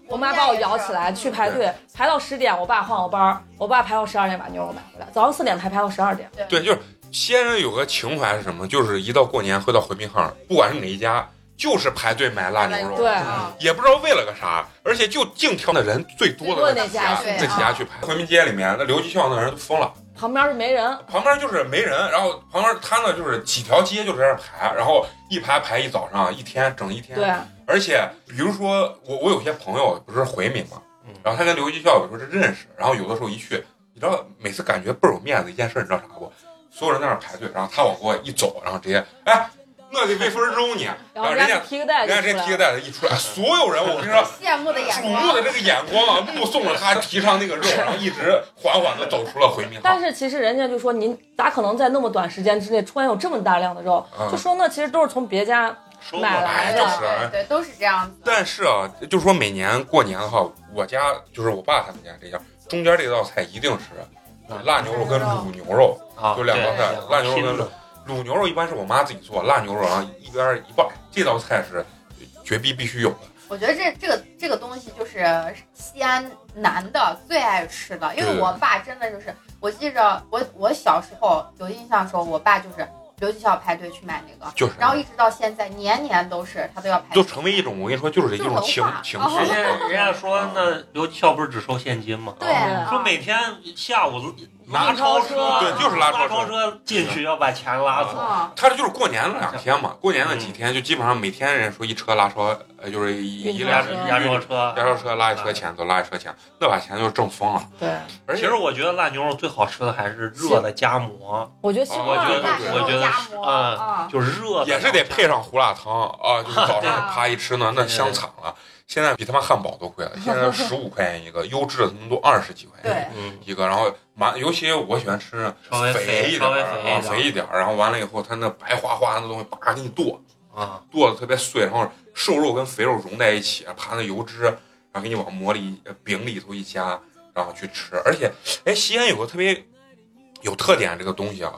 S4: 我妈把我摇起来去排队，排到十点，我爸换我班儿，我爸排到十二点把牛肉买回来，早上四点排排到十二点。
S2: 对，就是西安人有个情怀是什么？就是一到过年会到回民巷，不管是哪一家，就是排队买辣牛肉。
S4: 对
S6: 啊
S2: 也不知道为了个啥，而且就净挑那人最多的那几家，
S6: 最多的那家啊
S2: 那几家去排。回民街里面，那刘吉孝那人都疯了，
S4: 旁边就没人，
S2: 旁边就是没人，然后旁边他呢就是几条街就在那排，然后一排排一早上，一天整一天。啊
S4: 对，
S2: 而且比如说我我有些朋友不是回民嘛
S5: 嗯，
S2: 然后他跟刘吉孝有时候是认识，然后有的时候一去，你知道每次感觉倍儿有面子一件事，你知道啥不？所有人在那儿排队，然后他往过一走，然后直接哎，我得喂分粥呢，然
S4: 然
S2: 后
S4: 后人
S2: 人
S4: 家
S2: 家
S4: 提个袋
S2: 人
S4: 子
S2: 家
S4: 出
S2: 这提个
S4: 来，
S2: 袋子一出来，所有人我
S4: [LAUGHS]
S2: 跟你说。
S6: 羡慕的眼
S2: 瞩
S6: 光
S2: 目。的这个眼光啊，目送着他提倡那个肉，然后一直缓缓的走出了回民
S4: 但
S2: 堂。
S4: 是其实人家就说您咋可能在那么短时间之内穿有这么大量的肉？
S2: 嗯
S4: 就说那其实都是从别家
S5: 收
S4: 买
S5: 了，
S4: 来
S2: 哎
S4: 的，
S2: 就是啊
S6: 对，都是这样子。
S2: 但是啊，就是说每年过年的话，我家就是我爸他们家这样，中间这道菜一定是辣牛肉跟卤牛肉，
S5: 啊，
S2: 就两道菜
S5: 对
S2: 辣牛肉跟
S5: 拼的
S2: 卤牛肉一般是我妈自己做，辣牛肉然后一边一半，这道菜是绝壁必须有的。
S6: 我觉得这这个这个东西就是西安男的最爱吃的，因为
S2: 对
S6: 我爸真的就是，我记着我我小时候有印象的时候，我爸就是留级校排队去买那个，
S2: 就是
S6: 然后一直到现在，年年都是他都要排队。
S2: 就成为一种我跟你说，就是一种情情绪。
S5: 人家人家说那留校不是只收现金吗？
S6: 对，
S4: 啊
S5: 说每天下午
S2: 拉
S5: 超
S4: 车
S2: 对就是
S5: 拉
S2: 拉
S5: 超
S2: 超车
S5: 车进去要把钱拉走。
S6: 啊，
S2: 他这就是过年那两天嘛，过年那几天就基本上每天人说一车拉超，呃，就是一一
S5: 压
S2: 辆
S4: 车
S5: 压轴车
S2: 压，车车拉一车钱，都拉一车钱，那把钱就挣疯了。
S4: 对，
S2: 而
S5: 其
S2: 且
S5: 实我觉得辣牛肉最好吃的还是热的夹馍，
S4: 我觉得辛
S2: 啊
S6: 我
S2: 我
S4: 辣
S2: 觉得
S6: 大
S2: 我
S5: 觉得
S6: 家
S5: 是
S6: 馍
S5: 啊
S6: 啊，
S5: 就是热的，
S2: [LAUGHS] 也是得配上胡辣汤啊，就是早上啪一吃呢，那香惨了。现在比他妈汉堡都贵了，现在十五块钱一个，优质的他们都二十几块
S6: 对
S2: 钱
S5: 嗯，
S2: 一个。然后麻，尤其我喜欢吃
S5: 稍微
S2: 肥一点
S5: 稍微
S2: 儿，
S5: 肥
S2: 啊
S5: 一
S2: 肥一点儿，然后完了以后，它那白花花的那东西叭给你剁，
S5: 啊，
S2: 剁的特别碎，然后瘦肉跟肥肉融在一起，啪那油脂，然后给你往馍里呃饼里头一夹，然后去吃。而且，哎，西安有个特别有特点这个东西啊，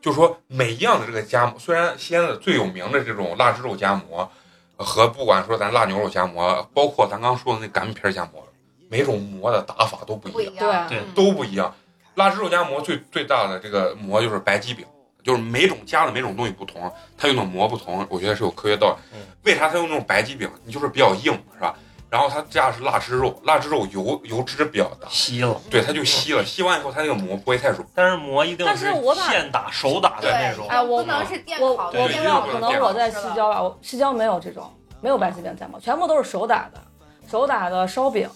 S2: 就是说每一样的这个夹馍，虽然西安的最有名的这种腊汁肉夹馍，呃和不管说咱腊牛肉夹馍，包括咱刚说的那擀面皮儿夹馍，每种馍的打法都不
S6: 不
S2: 一样
S6: 一，样，
S5: 对
S6: 嗯
S2: 都不一样。腊汁肉夹馍最最大的这个馍就是白鸡饼，就是每种加的每种东西不同，它用的馍不同，我觉得是有科学道理
S5: 嗯。
S2: 为啥它用那种白鸡饼？你就是比较硬，是吧？然后它加的是腊汁肉，腊汁肉油油脂比较大，
S5: 稀了。
S2: 对，它就吸了，吸完以后它那个馍不会太软。
S5: 但是馍一定
S4: 但是我把
S5: 现打手打的那
S6: 对，
S5: 种，
S4: 哎我
S6: 不能是电
S4: 我
S6: 烤
S4: 我
S6: 的，
S4: 不
S2: 对
S4: 知
S2: 一
S4: 道，
S2: 定
S4: 可
S2: 不能
S4: 能
S2: 电
S4: 我
S2: 烤
S4: 在
S6: 是
S4: 西
S6: 吧
S4: 郊啊，我西郊没有这种，没有白鸡饼夹馍，全部都是手打的，手打的烧饼，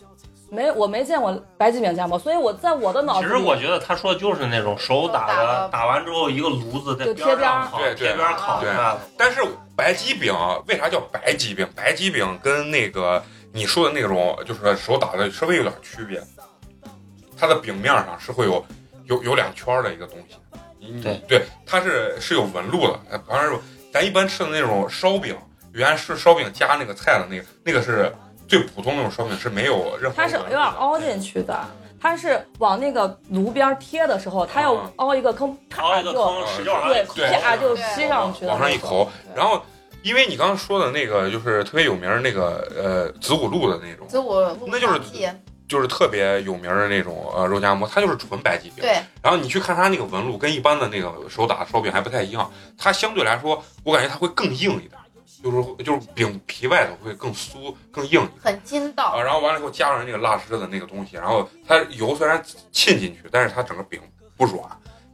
S4: 没我没见过白鸡饼夹馍，所以我在我的脑
S5: 其
S4: 子
S5: 实我
S4: 里，
S5: 觉得他说的就是那种手打
S6: 手打的
S5: 的，打完之后一个炉子在
S4: 就贴
S5: 边
S4: 边
S5: 上
S4: 儿
S5: 烤，
S2: 对对
S5: 贴边儿烤出来了。
S2: 但是白鸡饼啊为啥叫白鸡饼？白鸡饼跟那个你说的那种就是手打的稍微有点区别，它的饼面上是会有有有两圈儿的一个东西。你
S5: 对
S2: 对，它是是有纹路的。呃当然说，咱一般吃的那种烧饼，原来是烧饼加那个菜的那个，那个是最普通那种烧饼，是没有任何
S4: 它是有
S2: 纹路
S4: 点
S2: 的
S4: 凹进去的。它是往那个炉边儿贴的时候，它要
S2: 啊
S4: 凹一个坑，
S5: 熬
S4: 啪
S5: 一个
S4: 就
S5: 坑，使劲往
S4: 对
S5: 里抠，
S4: 啪就
S6: 对
S4: 吸上去了，
S2: 往上一口。然后，因为你刚刚说的那个就是特别有名儿那个呃子午路的那种，
S6: 子午路
S2: 那就是
S6: 小记
S2: 就是特别有名儿的那种呃肉夹馍，它就是纯白鸡饼。
S6: 对
S2: 然后你去看它那个纹路，跟一般的那个手打的烧饼还不太一样，它相对来说，我感觉它会更硬一点，就是就是饼皮外头会更酥更硬一点
S6: 很筋
S2: 啊。
S6: 道，
S2: 然后完了以后加上那个辣汁的那个东西，然后它油虽然沁进去，但是它整个饼不软，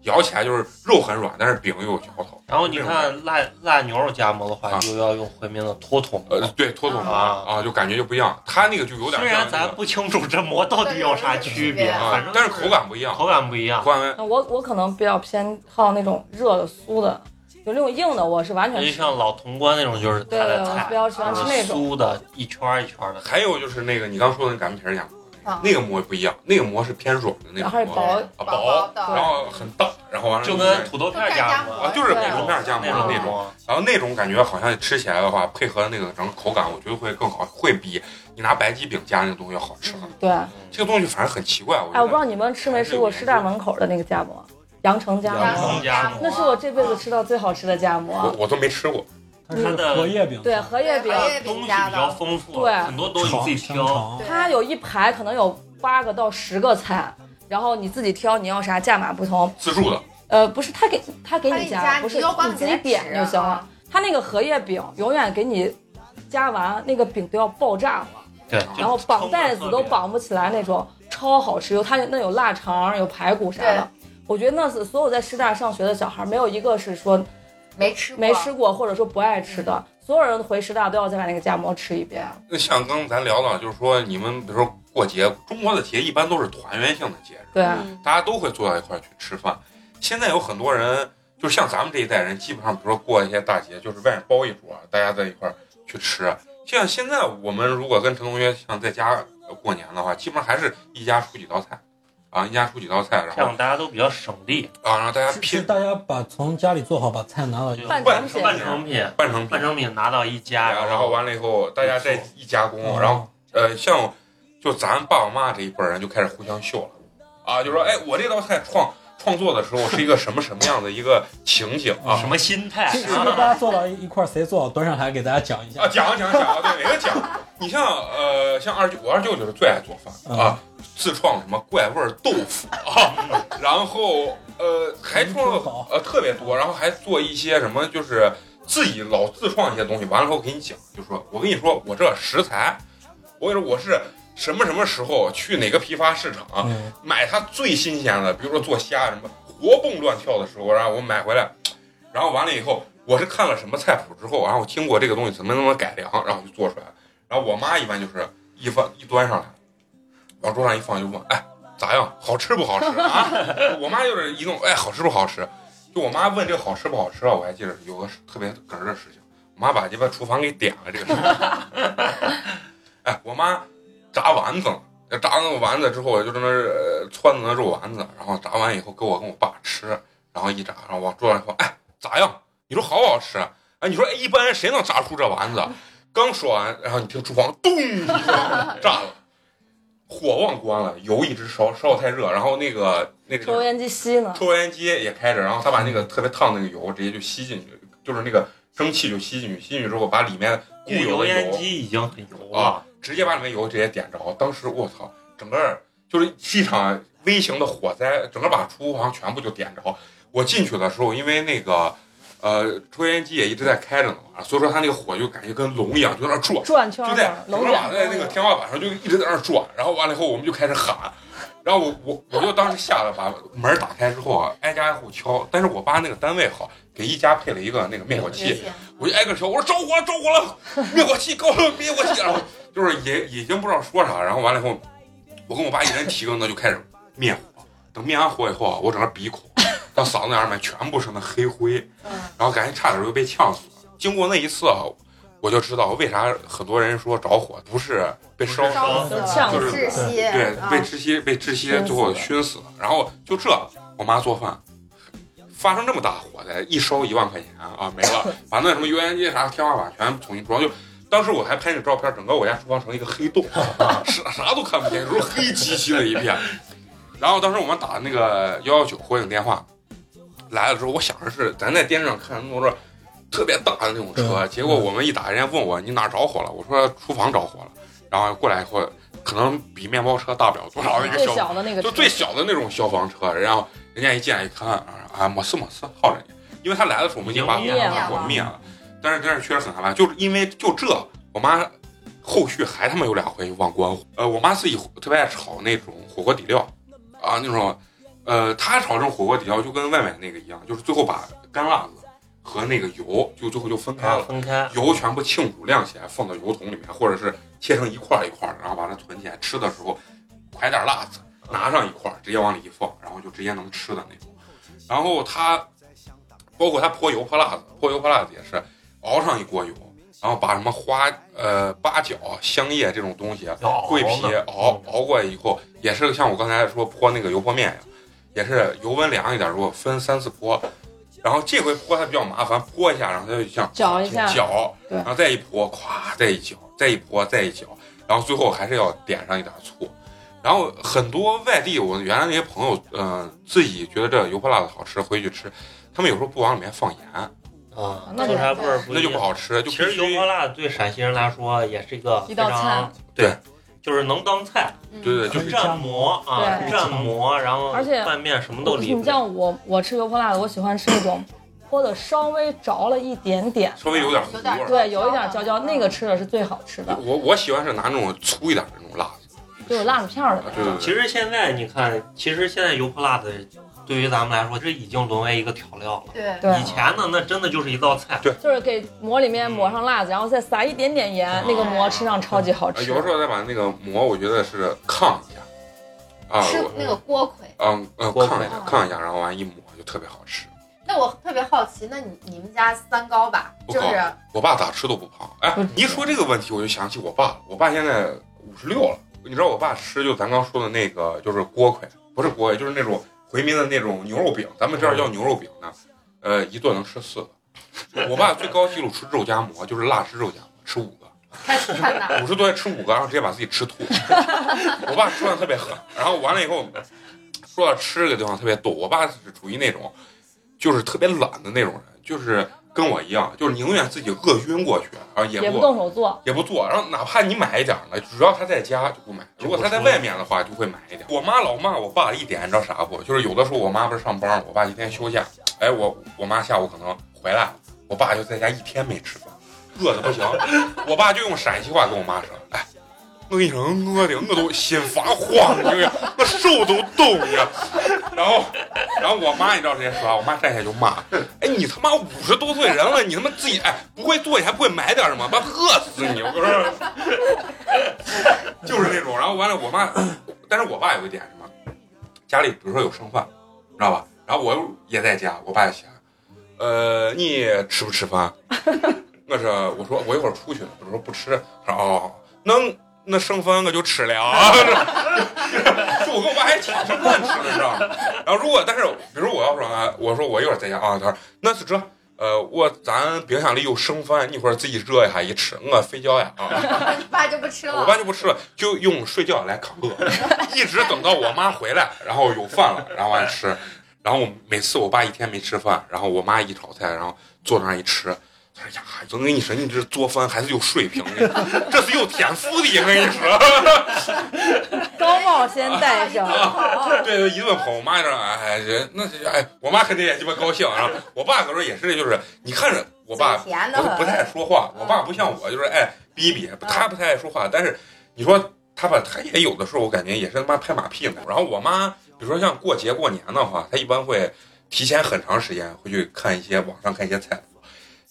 S2: 咬起来就是肉很软，但是饼又有嚼头。
S5: 然后你看辣辣牛肉夹馍的话，
S2: 啊
S5: 就要用回民的托桶。
S2: 呃，对，脱筒
S5: 啊
S2: 啊，就感觉就不一样。它那个就有点
S5: 虽
S2: 像
S5: 然
S2: 那
S5: 咱
S2: 个
S5: 不清楚这馍到底有啥区别，
S6: 对
S2: 啊
S5: 反正
S2: 但是口感不一样，
S5: 口感不一样
S2: 口。感
S4: 那我我可能比较偏好那种热的、酥的，有那种硬的，我是完全
S5: 就
S4: 吃
S5: 像老潼关那种，就是它
S4: 对，
S5: 的
S4: 我
S5: 菜
S4: 比，较喜欢吃那
S5: 就是
S4: 种。
S5: 酥的，一圈儿一圈儿的。
S2: 还有就是那个你刚说的那擀面皮儿夹馍，
S6: 啊
S2: 那个馍不一样，那个馍是偏软的那
S4: 然后
S2: 种
S4: 是
S2: 馍，
S4: 薄
S2: 啊
S6: 薄
S2: 薄，
S6: 的
S2: 然后很大，然后完了
S5: 就
S2: 就是
S5: 跟土豆片儿夹馍
S2: 啊，就是
S4: 对
S2: 那种面儿
S6: 嗯
S2: 夹馍
S5: 那种
S2: 那种，
S5: 种，
S2: 然后那种感觉好像吃起来的话，配合那个整个口感，我觉得会更好，会比你拿白鸡饼夹那个东西要好吃很
S6: 嗯
S2: 多。
S4: 对，
S5: 嗯
S2: 这个东西反正很奇怪，我
S4: 哎，
S2: 觉
S4: 我不
S2: 得。
S4: 知道你们吃没吃过师大门口的那个夹馍，羊城
S6: 嗯
S4: 夹
S5: 羊
S4: 馍，
S5: 城夹馍
S4: 那是我这辈子吃到最好吃的夹
S2: 我
S4: 馍。
S2: 我都没吃过，
S3: 它是荷叶饼，
S4: 对，荷叶饼
S6: 对，荷叶
S5: 东西比较丰富，
S4: 对
S5: 很多东西
S3: 炒
S5: 自己
S3: 香
S5: 挑。
S3: 肠，
S4: 它有一排可能有八个到十个菜，然后你自己挑你要啥，价码不同。
S2: 自助的，
S4: 呃，不是他给他给
S6: 他
S4: 你
S6: 一
S4: 加，
S6: 家
S4: 不是
S6: 你要光
S4: 你自己
S6: 给他
S4: 点
S6: 吃
S4: 就行了
S6: 啊。
S4: 他那个荷叶饼永远给你加完，那个饼都要爆炸了。
S5: 对，
S4: 然后绑带子都绑不起来那种，超好吃。有它那有腊肠，有排骨啥的。我觉得那是所有在师大上学的小孩，没有一个是说
S6: 没吃过嗯
S4: 没吃过或者说不爱吃的。所有人回师大都要再把那个夹馍吃一遍。
S2: 那像刚咱聊到，就是说你们比如说过节，中国的节一般都是团圆性的节日，
S4: 对，
S6: 嗯
S2: 大家都会坐到一块儿去吃饭。现在有很多人，就是像咱们这一代人，基本上比如说过一些大节，就是外面包一桌，大家在一块儿去吃。啊像现在我们如果跟陈同学像在家呃过年的话，基本上还是一家出几道菜，啊，一家出几道菜，然
S5: 这
S2: 后
S5: 样大家都比较省力，
S2: 啊，然后大家
S3: 是是
S2: 拼
S3: 大家把从家里做好，把菜拿到
S5: 就
S4: 嗯半
S5: 半
S4: 成品
S5: 成品，
S2: 半成品
S5: 半，成品拿到一家，
S2: 然后完了以后大家再一加工，然后呃，像就咱爸我妈这一辈儿人就开始互相秀了，啊，就说哎，我这道菜创创作的时候是一个什么什么样的一个情景啊
S5: 什么心态
S3: 是是不是大
S5: 啊？
S3: 家坐到一一块儿，谁坐到端上来给大家讲一
S2: 啊，
S3: 下？
S2: 讲讲讲啊，对，每个讲。
S3: [LAUGHS]
S2: 你像呃，像二舅，我二舅就是最爱做饭
S3: 嗯
S2: 啊，自创什么怪味儿豆腐啊， [LAUGHS] 然后呃还创
S3: 嗯嗯真
S2: 了
S3: 好
S2: 呃特别多，然后还做一些什么就是自己老自创一些东西，完了以后给你讲，就说我跟你说我这食材，我跟你说我是什么什么时候去哪个批发市场、啊
S3: 嗯，
S2: 买它最新鲜的，比如说做虾什么活蹦乱跳的时候，然后我买回来，然后完了以后，我是看了什么菜谱之后，然后我经过这个东西怎么怎么改良，然后就做出来。然后我妈一般就是一放一端上来，往桌上一放就问，哎，咋样？好吃不好吃啊？ [LAUGHS] 我妈就是一弄，哎，好吃不好吃？就我妈问这个好吃不好吃啊，我还记得有个特别哏儿的事情，我妈把鸡巴厨房给点了这个事情。 [LAUGHS] 哎，我妈炸丸子了。炸那个丸子之后，我就在那儿呃撺掇那肉丸子，然后炸完以后给我跟我爸吃，然后一炸，然后往桌上一放，哎，咋样？你说好不好吃？哎，你说哎一般人谁能炸出这丸子？刚说完，然后你听厨房咚一声炸了，火忘关了，油一直烧，烧得太热，然后那个那个
S4: 抽烟机吸呢，
S2: 抽烟机也开着，然后他把那个特别烫的那个油直接就吸进去，就是那个蒸汽就吸进去，吸进去之后把里面固有
S5: 油
S2: 的
S5: 烟
S2: 油
S5: 机已经很油
S2: 啊
S5: 了，，
S2: 直接把里面油直接点着。当时我操，整个就是一场微型的火灾，整个把厨房全部就点着。我进去的时候，因为那个呃抽烟机也一直在开着呢嘛，所以说它那个火就感觉跟龙一样，就在那转，
S4: 转圈
S2: 就
S4: 儿
S2: 在嗯
S4: 呢，
S2: 整
S4: 龙
S2: 个
S4: 卷
S2: 瓦
S4: 风
S2: 在那个天花板上就一直在那转。然后完了以后，我们就开始喊。然后我我我就当时吓得把门打开之后啊，挨家挨户敲。但是我爸那个单位好，给一家配了一个那个灭火器，我就挨个敲，我说着火了，着火了，灭火器，高了， [LAUGHS] 灭火器，然后就是也已经不知道说啥，然后完了以后，我跟我爸一人提个呢，就开始灭火。等灭完火以后啊，我整个鼻孔到嗓子眼儿里面全部是那黑灰，
S6: 嗯
S2: 然后感觉差点就被呛死了。经过那一次啊，我就知道为啥很多人说着火不是被烧死，
S6: 烧死了，
S4: 呛
S2: 死
S6: 窒息，
S2: 对，
S6: 啊
S2: 被窒息被窒息
S4: 熏
S2: 最后
S4: 死了
S2: 熏死了。然后就这，我妈做饭发生这么大火灾，一烧一万块钱啊没
S4: [LAUGHS]
S2: 了，把那什么油烟机啥天花板全重新装就。当时我还拍那照片，整个我家厨房成一个黑
S4: [LAUGHS]
S2: 洞，啥啥都看不见，就是黑漆漆的一片。然后当时我们打那个幺幺九火警电话来了之后，我想着是咱在电视上看那种特别大的那种车，
S4: 嗯
S3: 对
S2: 结果我们一打，人家问我你哪儿着火了，我说厨房着火了。然后过来以后，可能比面包车大不了多少那个
S4: 最
S2: 消防
S4: 小的那个
S2: 就
S4: 车
S2: 最小的那种消防车，然后人家一进来一看啊，啊，没事没事，耗着你，因为他来的时候我们已经把
S5: 已经
S4: 灭
S2: 火
S6: 了
S2: 灭了，但是但是确实很害怕，就是因为就这，我妈后续还他妈有两回忘关火，呃，我妈自己特别爱炒那种火锅底料，啊那种，呃，她炒这种火锅底料就跟外面那个一样，就是最后把干辣子和那个油就最后就分开了。
S5: 分开。
S2: 油全部浸煮晾起来，放到油桶里面，或者是切成一块儿一块儿的，然后把它存起来。吃的时候，快点辣子，拿上一块儿，直接往里一放，然后就直接能吃的那种。然后它包括它泼油泼辣子，泼油泼辣子也是熬上一锅油，然后把什么花呃八角、香叶这种东西啊
S5: 要熬呢嗯
S2: 桂皮熬熬过以后，也是像我刚才说泼那个油泼面呀，也是油温凉一点，如果分三次泼。然后这回泼它比较麻烦，泼一下，然后它就像
S4: 搅一下，
S2: 搅，
S4: 对
S2: 然后再一泼，咵，再一搅，再一泼，再一搅，然后最后还是要点上一点醋。然后很多外地，我原来那些朋友，呃，自己觉得这油泼辣子好吃，回去吃，他们有时候不往里面放盐，
S5: 啊，
S4: 那
S5: 做出来
S6: 就
S5: 味儿不
S2: 那就
S5: 一
S2: 不
S5: 样。
S2: 好吃，就
S5: 其
S2: 必
S5: 实
S2: 须
S5: 油泼辣子对陕西人来说也是一个
S4: 一道
S5: 非常
S4: 菜，
S2: 对，
S5: 就是能当菜，
S6: 嗯
S2: 对对，就
S3: 可以
S2: 是嗯
S5: 蘸馍啊，
S4: 对
S5: 蘸馍，然后
S4: 而且
S5: 拌面什么都
S4: 我
S5: 离
S4: 你
S5: 不了。
S4: 像我，我吃油泼辣子，我喜欢吃那种泼的稍微着了一点点，
S2: 稍微有点糊味
S6: 有
S2: 儿。
S4: 对，有一点焦焦，那个吃的是最好吃的，
S2: 我我喜欢是拿那种粗一点的那种辣子，
S4: 就有辣子片儿的
S2: 啊
S4: 那
S2: 对对
S4: 种。
S2: 对，
S5: 其实现在你看，其实现在油泼辣子对于咱们来说，这已经沦为一个调料了。
S6: 对
S4: 对
S5: 以，前呢，那真的就是一道菜。
S4: 就是给馍里面抹上辣子，然后再撒一点点盐，那个馍吃上超级
S5: 啊
S4: 好
S2: 呃
S4: 吃。
S2: 嗯有的时候再把那个馍，我觉得是炕一下，啊，
S6: 吃
S2: 我
S6: 那个锅盔，
S2: 嗯呃
S5: 锅盔啊
S2: 炕一下炕一下，然后完一抹就特别好吃。
S6: 那我特别好奇，那你你们家三高吧，
S2: 不
S6: 就
S2: 高
S6: [LAUGHS] 是
S2: 我爸咋吃都不胖。哎
S4: 嗯，
S2: 你一说这个问题，我就想起我爸了。我爸现在五十六了，你知道我爸吃就咱刚说的那个，就是锅盔，不是锅盔，就是那种回民的那种牛肉饼，咱们这儿叫牛肉饼呢。呃，一顿能吃四个。我爸最高记录吃肉夹馍，就是辣汁肉夹馍，吃五个。
S6: 开始看呐，
S2: 五十多岁吃五个，然后直接把自己吃吐。我爸吃饭特别狠，然后完了以后，说到吃这个地方特别逗。我爸是属于那种，就是特别懒的那种人，就是跟我一样，就是宁愿自己饿晕过去，然后也
S4: 也不
S2: 不
S4: 动手做，
S2: 也不做。然后哪怕你买一点儿呢，只要他在家就不买。如果他在外面的话，就会买一点儿。我妈老骂我爸一点，你知道啥不？就是有的时候我妈不是上班儿，我爸一天休假，哎，我我妈下午可能回来了，我爸就在家一天没吃饭，饿的不 [LAUGHS] 行。我爸就用陕西话跟我妈说：“哎，我跟你说，我的我都心发慌，你知道吗我手都抖呀。”然后，然后我妈你知道直接说啊啥？我妈站起来就骂：“哎，你他妈五十多岁人了，你他妈自己哎不会做，你还不会买点什么，妈饿死你！”我跟你说，就是那种。然后完了，我妈，但是我爸有一点什么，家里比如说有剩饭，你知道吧？然后我又也在家，我爸就嫌，呃，你吃不吃饭？我说我说我一会儿出去呢，我说不吃，他说哦，那那剩饭我就吃了 [LAUGHS] 啊，就我跟我爸还抢着饭吃呢，知道吗？然后如果但是比如我要说啊，我说我一会儿在家啊，他说那是这。呃，我咱冰箱里有剩饭，你一会儿自己热一下一吃，我睡觉呀啊！
S6: 你爸就不吃了。
S2: 我爸就不吃了，就用睡觉来扛饿， [LAUGHS] 一直等到我妈回来，然后有饭了，然后完吃。然后我每次我爸一天没吃饭，然后我妈一炒菜，然后坐那儿一吃，他说呀，我跟你说，你这做饭还是有水平的，这是有天赋的，我跟你说。
S4: 高帽先
S2: [LAUGHS]
S4: 戴
S2: 啊
S4: 上。
S2: 对，就一顿捧，我妈这哎人那是哎，我妈肯定也鸡巴高兴。然后我爸可是也是，就是你看着我爸
S6: 嘴甜
S2: 我
S6: 的
S2: 就
S6: 很，
S2: 不太爱说话，我爸不像我，就是爱逼逼，他不太爱说话。但是你说他吧，他也有的时候我感觉也是他妈拍马屁呢。然后我妈，比如说像过节过年的话，她一般会提前很长时间会去看一些网上看一些菜谱。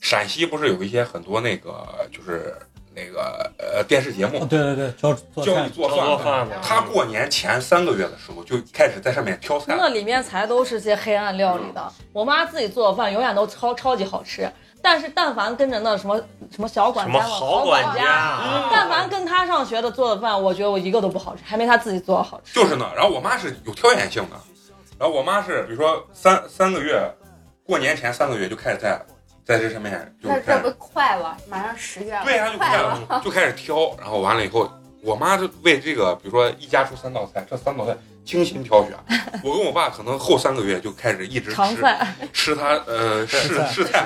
S2: 陕西不是有一些很多那个就是那个呃电视节
S3: 哦，
S2: 目
S3: 对对对，教做
S2: 教你
S3: 菜，
S2: 做
S5: 做做
S2: 饭，嗯
S5: 饭嘛，
S2: 她过年前三个月的时候就开始在上面挑菜了。
S4: 那里面才都是些黑暗料理的。我妈自己做的饭永远都超超级好吃，但是但凡跟着那什么什么小管
S5: 什
S4: 家
S5: 么
S4: 嘛、
S5: 好
S4: 管
S5: 管家，啊
S4: 但凡跟她上学的做的饭，我觉得我一个都不好吃，还没她自己做的好吃。
S2: 就是呢，然后我妈是有挑选性的，然后我妈是比如说三三个月，过年前三个月就开始在在这上面就
S6: 那
S2: 开
S6: 这
S2: 始
S6: 不快了，马上十月了，
S2: 对啊呀、就开
S6: 快
S2: 始
S6: 了。
S2: 就开始挑，然后完了以后，我妈就为这个比如说一家出三道菜，这三道菜精心挑选。我跟我爸可能后三个月就开始一直
S4: 常
S2: 吃
S4: [LAUGHS] 菜，
S2: 吃他呃试
S3: 菜
S2: 试菜，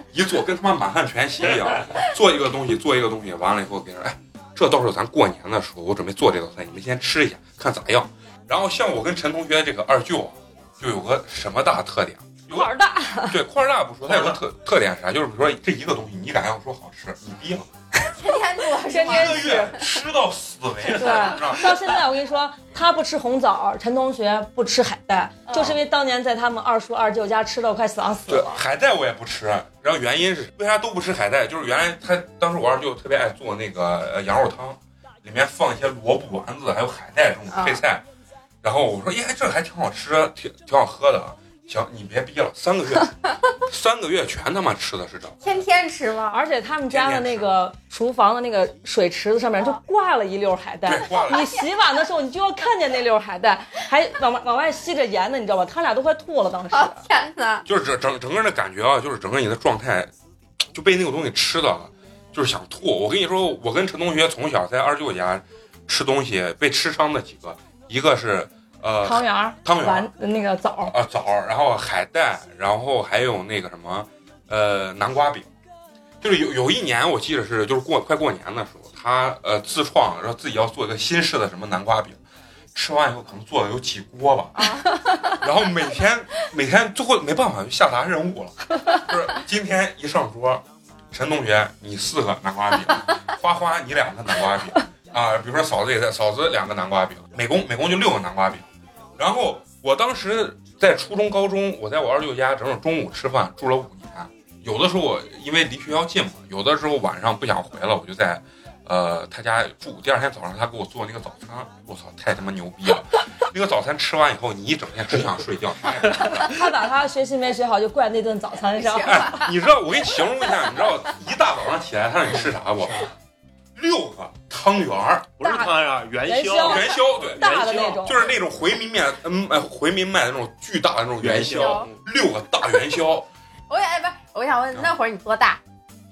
S2: [LAUGHS] 一做跟他妈满汉全席一样，做一个东西做一个东西，完了以后给人哎，这到时候咱过年的时候我准备做这道菜，你们先吃一下看咋样。然后像我跟陈同学这个二舅，啊就有个什么大特点？有
S4: 块儿大，
S2: 对块儿大不说，他有个特特点是啥？就是比如说这一个东西，你敢要说好吃，你必要
S6: 天天做，
S4: 天
S2: 一
S4: 天
S2: 个月吃到死为止，你知
S4: 对
S2: 道吗？
S4: 到现在我跟你说，他不吃红枣，陈同学不吃海带，
S6: 嗯
S4: 就是因为当年在他们二叔二舅家吃到快嗓死
S2: 对，
S4: 了。
S2: 海带我也不吃。然后原因是为啥都不吃海带？就是原来他当时我二舅特别爱做那个呃羊肉汤，里面放一些萝卜丸子，还有海带这种配菜。然后我说，耶，这还挺好吃，挺挺好喝的。啊行，你别逼了，三个月， [LAUGHS] 三个月全他妈吃的是这。
S6: 天天吃吗？ [LAUGHS]
S4: 而且他们家的那个厨房的那个水池子上面就挂了一溜海带
S2: 对，，挂了
S4: [LAUGHS] 你洗碗的时候，你就要看见那溜海带，还往外往外吸着盐呢，你知道吧？他俩都快吐了，当时。
S6: 哦天哪！
S2: 就是整整整个人的感觉啊，就是整个你的状态就被那个东西吃的，就是想吐。我跟你说，我跟陈同学从小在二舅家吃东西被吃伤的几个，一个是呃
S4: 汤圆儿、
S2: 汤圆儿
S4: 丸那个枣儿，
S2: 啊枣儿，然后海带，然后还有那个什么呃南瓜饼。就是有有一年我记得是就是过快过年的时候，他呃自创，然后自己要做一个新式的什么南瓜饼。吃完以后可能做了有几锅吧，然后每天每天最后没办法就下达任务了，就是今天一上桌，陈同学你四个南瓜饼，花花你两个南瓜饼啊，比如说嫂子也在，嫂子两个南瓜饼，美工美工就六个南瓜饼，然后我当时在初中、高中，我在我二舅家整整中午吃饭住了五年，有的时候我因为离学校近嘛，有的时候晚上不想回了，我就在。呃，他家住，第二天早上他给我做那个早餐，我操，太他妈牛逼了！那个早餐吃完以后，你一整天只想睡觉，啥也不干
S4: 他把他学习没学好就怪那顿早餐上。
S2: 哎，你知道我给你形容一下，你知道一大早上起来他让你吃啥不？六个汤圆儿，
S5: 不是汤圆，元
S4: 元宵
S5: 宵，
S2: 元宵对，
S4: 大的那种
S2: 就是那种回民面，嗯，哎回民卖的那种巨大的那种元宵，六个大元宵，
S6: 我也哎不是，我想
S2: 嗯
S6: 问那会儿你多大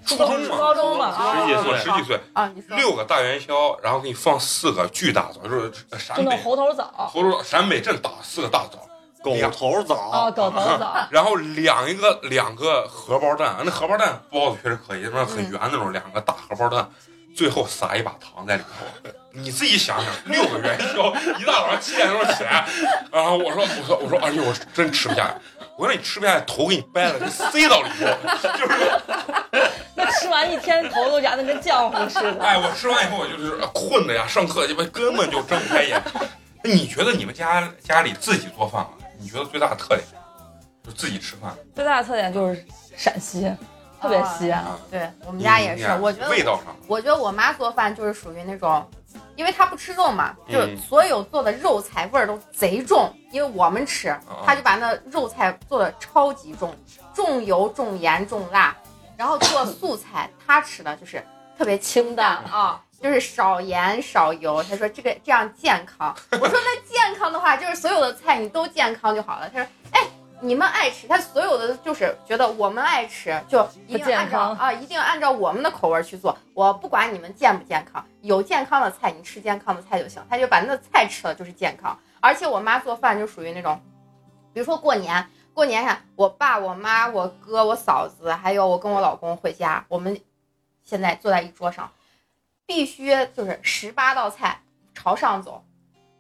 S2: 初中嘛，
S4: 高中嘛
S2: 十几
S5: 啊
S2: 岁，十几岁，
S6: 啊？你说
S2: 六个大元宵，然后给你放四个巨大枣，就是呃陕
S4: 就那
S2: 北
S4: 种猴头枣
S2: 头头陕北镇打四个大枣，
S5: 狗头
S4: 啊，
S2: 哦
S4: 狗
S5: 枣，
S4: 头枣，
S2: 然后两一个两个荷包蛋，那荷包蛋包的确实可以，那很圆那种，两个大荷包蛋，最后撒一把糖在里头。你自己想想，六个元宵，一大早上七点钟起来，然后我说我说我说，哎呦，我真吃不下。我说你吃不下，头给你掰了，就塞到里头。
S4: 那吃完一天头都燃的跟浆糊似的。
S2: [LAUGHS] 哎，我吃完以后我就是困的呀，上课去吧，根本就睁不开眼。那你觉得你们家家里自己做饭啊？你觉得最大的特点就自己吃饭？
S4: [LAUGHS] 最大的特点就是陕西，特别西安。
S6: 对我们家也
S2: 嗯你啊
S6: 是
S2: 呀，
S6: 我觉得
S2: 味道上
S6: 我觉得我妈做饭就是属于那种，因为她不吃肉嘛，
S2: 嗯
S6: 就是所有做的肉菜味儿都贼重，因为我们吃，她就把那肉菜做的超级重，重油、重盐、重辣，然后做素菜，她吃的就是特别清淡啊。就是少盐少油，她说这个这样健 [LAUGHS] 康。我说那健康的话，就是所有的菜你都健康就好了。她说，哎，你们爱吃，她所有的就是觉得我们爱吃，就一
S4: 不
S6: 定
S4: 健
S6: 按照
S4: 康
S6: 啊，一定按照我们的口味儿去做。我不管你们健不健康，有健康的菜你吃健康的菜就行。他就把那菜吃了就是健康。而且我妈做饭就属于那种，比如说过年，过年看我爸、我妈、我哥、我嫂子，还有我跟我老公回家，我们现在坐在一桌上，必须就是十八道菜朝上走，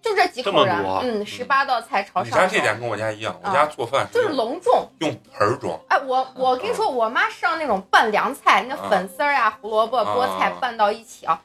S6: 就这几
S5: 这
S6: 口
S5: 么
S6: 人，
S5: 多啊
S6: 嗯，十八道菜朝
S2: 你
S6: 上
S2: 家
S6: 走，
S2: 这点嗯跟我家一样，我
S6: 啊
S2: 家做饭
S6: 就是
S2: 用
S6: 隆重。
S2: 用盆儿装，
S6: 哎，我我跟你说，我妈是让那种拌凉菜，那粉丝儿啊、胡萝卜、菠菜
S2: 啊
S6: 拌到一起啊，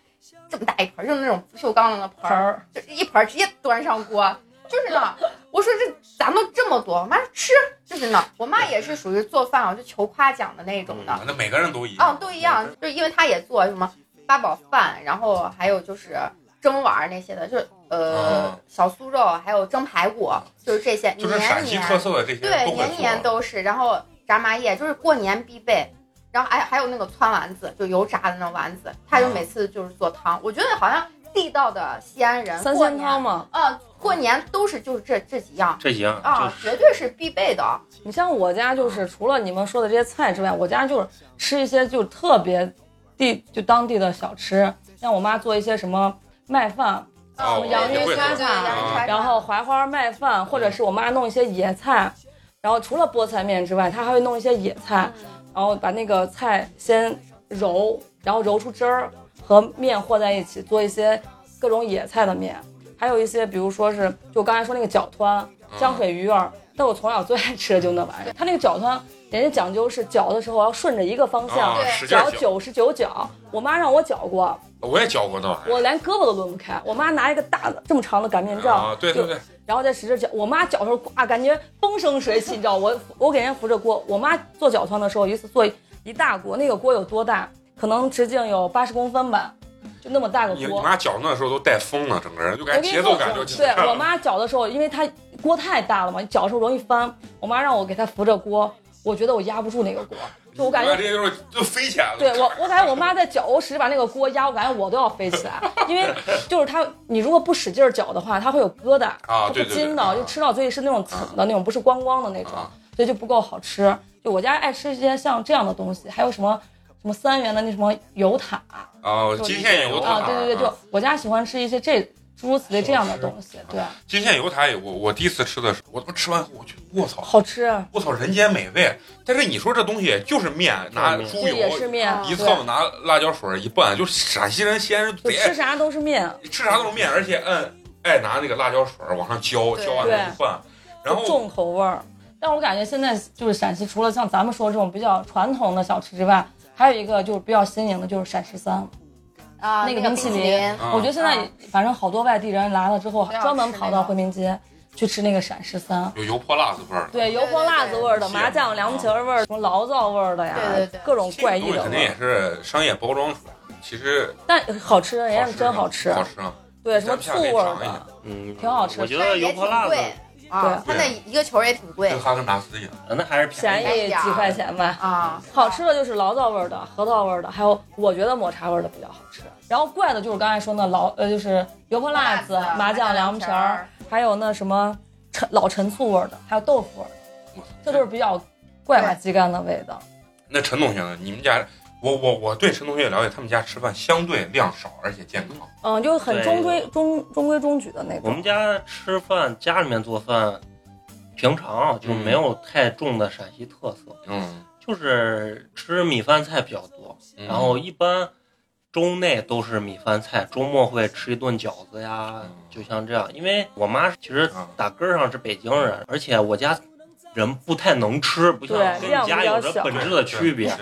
S6: 这么大一盆儿，就是那种不锈钢的那盆
S4: 盆
S6: 儿，
S4: 儿，
S6: 就一盆儿直接端上锅，就是呢。我说这咋弄这么多？我妈说吃，就是呢。我妈也是属于做饭啊，就求夸奖的那种的
S2: 嗯，那每个人都一样。
S6: 哦，都一样，就是因为她也做什么八宝饭，然后还有就是蒸碗儿那些的，就是呃、
S2: 啊
S6: 小酥肉，还有蒸排骨，就是这些，
S2: 就是
S6: 年
S2: 陕西
S6: 年
S2: 特色的这些
S6: 对，
S2: 都会
S6: 年
S2: 做
S6: 年都是。然后炸麻叶就是过年必备，然后哎还有那个汆丸子，就油炸的那种丸子，他
S2: 哦
S6: 就每次就是做汤。我觉得好像地道的西安人
S4: 三
S6: 过
S4: 鲜
S6: 年
S4: 汤，嘛。
S6: 嗯，过年都是就是这这几样
S5: 这一样
S6: 啊，
S5: 就是
S6: 绝对是必备的。
S4: 你像我家就是除了你们说的这些菜之外，我家就是吃一些就特别地就当地的小吃，像我妈做一些什么麦饭，
S2: 哦
S6: 嗯
S4: 洋芋
S6: 对
S4: 片
S6: 对
S4: 啊
S6: 洋芋片
S4: 然后槐花麦饭，或者是我妈弄一些野菜，然后除了菠菜面之外，她还会弄一些野菜，然后把那个菜先揉，然后揉出汁儿和面和在一起，做一些各种野菜的面，还有一些比如说是就我刚才说那个搅
S2: 嗯
S4: 团、江水鱼儿，那我从小最爱吃的就那玩意儿。它那个搅团，人家讲究是搅的时候要顺着一个方向
S2: 啊，使劲
S4: 搅
S2: 儿搅。
S4: 九十九角。我妈让我搅过，
S2: 我也嚼过那玩意儿。
S4: 我连胳膊都抡不开。我妈拿一个大的这么长的擀面杖，
S2: 啊，对对对，
S4: 然后再使劲搅。我妈搅的时候啊，感觉风生水起，你知道我我给人家扶着锅。我妈做搅团的时候，一次做一大锅，那个锅有多大？可能直径有八十公分吧，就那么大个
S2: 你
S4: 锅
S2: 你。妈搅那的时候都带风了，整个人就
S4: 我
S2: 感
S4: 跟
S2: 觉
S4: 你
S2: 节
S4: 说
S2: 奏感就起
S4: 对
S2: 来了。
S4: 我妈搅的时候，因为她锅太大了嘛，搅的时候容易翻。我妈让我给她扶着锅，我觉得我压不住那个锅，就我感觉
S2: 这些就是就飞起来了。
S4: 对我，我感觉我妈在搅，我使劲把那个锅压，我感觉我都要飞
S2: [LAUGHS]
S4: 起来，因为就是它，你如果不使劲儿搅的话，它会有疙瘩，
S2: 啊
S4: 就
S2: 对对
S4: 不
S2: 对
S4: 筋
S2: 啊
S4: 道，就吃到嘴里是那种蹭的那种，不是光光的那种，
S2: 啊
S4: 所以就不够好吃。就我家爱吃一些像这样的东西，还有什么什么三元的那什么油塔
S2: 啊，金线油
S4: 啊
S2: 塔，，
S4: 对对对，就我家喜欢吃一些这诸如此类这样的东西，对，
S2: 金线油塔也，我我第一次吃的时候，我他妈吃完以后，我去，我操，
S4: 好吃，啊
S2: 我操，人间美味。但是你说这东西就是面，拿
S5: 面
S2: 猪
S4: 这也是
S2: 油啊
S4: 面，
S2: 一
S4: 对，
S2: 蹭，拿辣椒水一拌，就陕西人西安人
S4: 就
S2: 贼爱
S4: 吃啥都是面，
S2: 吃啥都是面，而且嗯爱拿那个辣椒水往上浇，
S6: 对
S2: 浇完再去拌，然
S4: 就
S2: 后
S4: 重口味儿。但我感觉现在就是陕西，除了像咱们说这种比较传统的小吃之外，还有一个就是比较新颖的，就是陕十三。
S6: 啊，
S4: 那
S6: 那
S4: 个冰淇
S6: 淇
S4: 淋
S2: 啊
S4: 我觉得现在
S6: 啊
S4: 反正好多外地人来了之后，
S6: 对啊
S4: 专门跑到
S6: 吃那个
S4: 回民街去吃那个陕十三。
S2: 有油泼辣子味儿。
S4: 对，油泼辣子味儿
S2: 对
S4: 的、
S2: 对对
S4: 麻酱凉皮儿味儿、什么醪糟味儿的呀，
S6: 对对对
S4: 各种
S2: 这
S4: 怪
S2: 个
S4: 异
S2: 东西
S4: 的
S2: 肯定
S4: 味儿
S2: 也。是商业包装出来的，其实
S4: 但好吃，人家
S2: 好
S4: 是
S2: 吃
S4: 真好吃。
S2: 好吃啊！
S4: 对，什么
S2: 咱们
S4: 醋
S2: 下次可以
S4: 味儿
S2: 尝一下
S4: 的，。
S5: 嗯，
S4: 挺好吃
S5: 我觉
S6: 但
S5: 得
S6: 是也
S5: 油
S6: 挺
S5: 泼辣子
S6: 贵啊，它
S2: 对
S6: 那一个球儿也挺贵
S2: 跟哈根达斯一样，
S5: 啊那还是便宜。
S4: 便宜几块钱吧。
S6: 啊，
S4: 好吃的就是醪糟味儿的、核桃味儿的，还有我觉得抹茶味儿的比较好吃。然后怪的就是刚才说那醪呃，就是油泼辣子、麻酱凉皮儿，，还有那什么陈老陈醋味儿的，还有豆腐味儿的，
S2: 我操
S4: 这都是比较怪马鸡肝的味道。
S2: 那陈同学呢？你们家，我我我对陈同学了解，他们家吃饭相对量少，而且健康。
S4: 嗯，就是很中规中中规中矩的那种。
S5: 我们家吃饭，家里面做饭，平
S4: 嗯
S5: 常啊就没有太重的陕西特色，
S2: 嗯，
S5: 就是吃米饭菜比较多。
S2: 嗯
S5: 然后一般周内都是米饭菜，周末会吃一顿饺子呀
S2: 嗯，
S5: 就像这样。因为我妈其实
S2: 啊
S5: 打根儿上是北京人，
S4: 嗯
S5: 而且我家人不太能吃，不像
S4: 对
S5: 跟
S4: 量
S5: 你
S4: 比
S5: 家
S4: 较
S5: 有着
S4: 小
S5: 本质的区别。
S2: 嗯是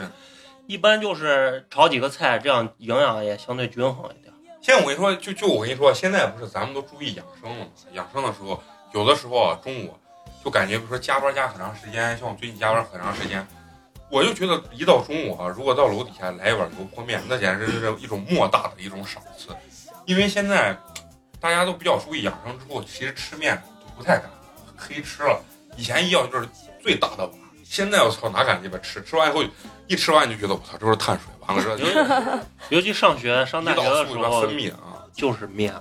S5: 一般就是炒几个菜，这样营养也相对均衡一点。
S2: 现在我跟你说，就就我跟你说，现在不是咱们都注意养生了吗？养生的时候，有的时候啊，中午就感觉，比如说加班加很长时间，像我最近加班很长时间，我就觉得一到中午啊，如果到楼底下来一碗油泼面，那简直是一种莫大的一种赏赐。因为现在大家都比较注意养生之后，其实吃面就不太敢黑吃了。以前一要就是最大的碗，现在我操哪敢鸡巴吃？吃完以后一吃完就觉得我操这都是碳水，完了之后
S5: [LAUGHS] 尤其尤其上学上大
S2: 胰
S5: 学
S2: 岛
S5: 的
S2: 素
S5: 时
S2: 里边分
S5: 候
S2: 泌啊。
S5: 就是面，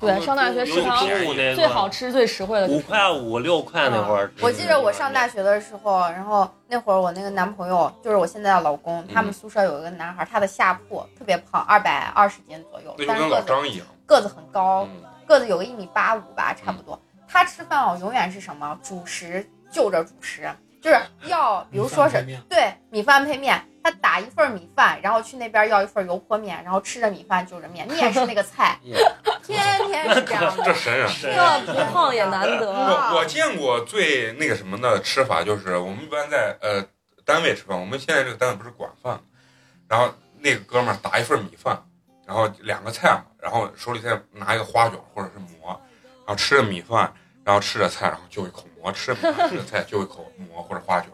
S4: 对，上大
S2: 有
S4: 学食堂
S2: 便宜
S4: 最好吃、最实惠的就
S5: 五
S4: 是
S5: 块五六块那会儿。，
S6: 嗯我记得我上大学的时候，然后那会儿我那个男朋友就是我现在的老
S2: 嗯
S6: 公，他们宿舍有一个男孩，他的下铺特别胖，二百二十斤左右
S2: 那，就
S6: 但是
S2: 跟
S6: 个
S2: 老
S6: 子
S2: 张一样，
S6: 个子很高，
S2: 嗯，
S6: 个子有个一米八五吧，差不多。他吃饭哦，永远是什么主食就着主食，就是要比如说
S3: 米饭
S6: 是
S3: 配面
S6: 对米饭配面，他打一份米饭，然后去那边要一份油泼面，然后吃着米饭就着
S2: [LAUGHS]
S6: 面，面是那个菜
S2: 哎
S5: 也
S6: 天天是这样
S2: 这
S6: 的。
S2: 神人。
S5: 是
S4: 这不胖也难得。
S2: 我我见过最那个什么的吃法，就是我们一般在呃单位吃饭，我们现在这个单位不是管饭嘛，然后那个哥们儿打一份米饭，然后两个菜嘛，然后手里再拿一个花卷或者是馍，然后吃着米饭，然后吃着菜，然后就一口馍，吃着米饭吃着菜就一口馍或者花卷，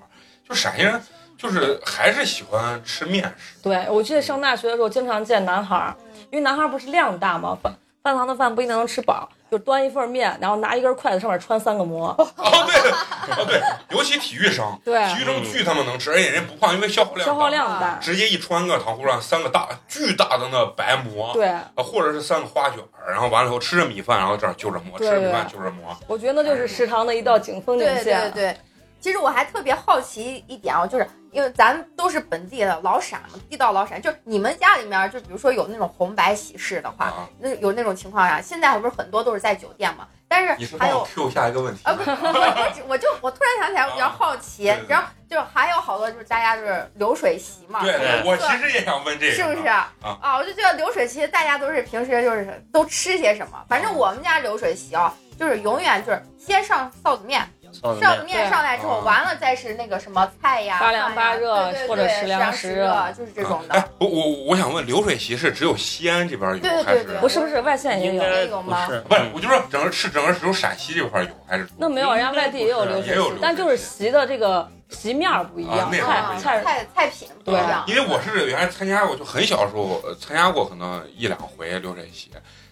S2: 就陕西人就是还是喜欢吃面食，
S4: 对，我记得上大学的时候经常见男孩儿，因为男孩儿不是量大嘛，饭饭堂的饭不一定能吃饱，就端一份面，然后拿一根筷子上面穿三个馍。
S2: 哦对，哦对，尤其体育生，
S4: 对，
S2: 体育生巨他妈能吃，而且人不胖，因为消耗量
S4: 嗯消耗
S2: 大
S4: 量大。
S2: 直接一穿个糖葫芦上三个大巨大的那白馍，
S4: 对，
S2: 啊，或者是三个花卷儿，然后完了以后吃着米饭，然后这样就着馍，吃
S4: 对
S2: 着米饭就着馍，
S4: 我觉得那就是食堂的一道景风景
S2: 啊
S6: 对
S4: 线。
S6: 对对，其实我还特别好奇一点啊，就是因为咱们都是本地的老陕嘛，地道老陕，就是你们家里面就比如说有那种红白喜事的话，
S2: 啊，
S6: 那有那种情况下，现在不是很多都是在酒店嘛，但
S2: 你是
S6: 是还
S2: 帮
S6: 有
S2: 我 Q 下一个问题
S6: 啊，不是， [LAUGHS] 我我我就我突然想起来，我比较好奇，
S2: 啊对对对
S6: 然后就还有好多就是大家就是流水席嘛，
S2: 对
S5: 对
S2: 我其实也想问这个，
S6: 是不是？
S2: 啊
S6: 啊，我就觉得流水席大家都是平时就是都吃些什么，反
S4: 哦
S6: 正我们家流水席啊，就是永远就是先上臊子面，
S5: 臊子
S6: 臊子
S5: 面，
S6: 面上来之后，
S2: 对
S6: 完了再是那个什么菜呀，
S4: 八凉
S6: 饭呀
S4: 八热
S6: 对对对
S4: 或者
S6: 十
S4: 十凉
S6: 十
S4: 十热，
S6: 就是这种
S2: 哎
S6: 的。，
S2: 我我我想问，流水席是只有西安这边有
S6: 对对对
S2: 还是？
S6: 对
S4: 不是不是，外县也
S5: 应
S4: 有。
S5: 该
S6: 也有
S5: 不
S6: 吗
S5: 是，嗯
S2: 不是，我就说整个是整个只有陕西这块有还是？
S4: 那没有，人家外地也有流
S2: 也
S4: 水
S2: 有流水
S4: 席
S2: 席，
S4: 但就是席的这个席面儿不一
S2: 啊
S4: 样，
S2: 那
S4: 菜
S2: 种
S4: 菜
S6: 嗯菜菜品不一样，
S2: 因为我是原来参加过，就很小的时候呃参加过，可能一两回流水席，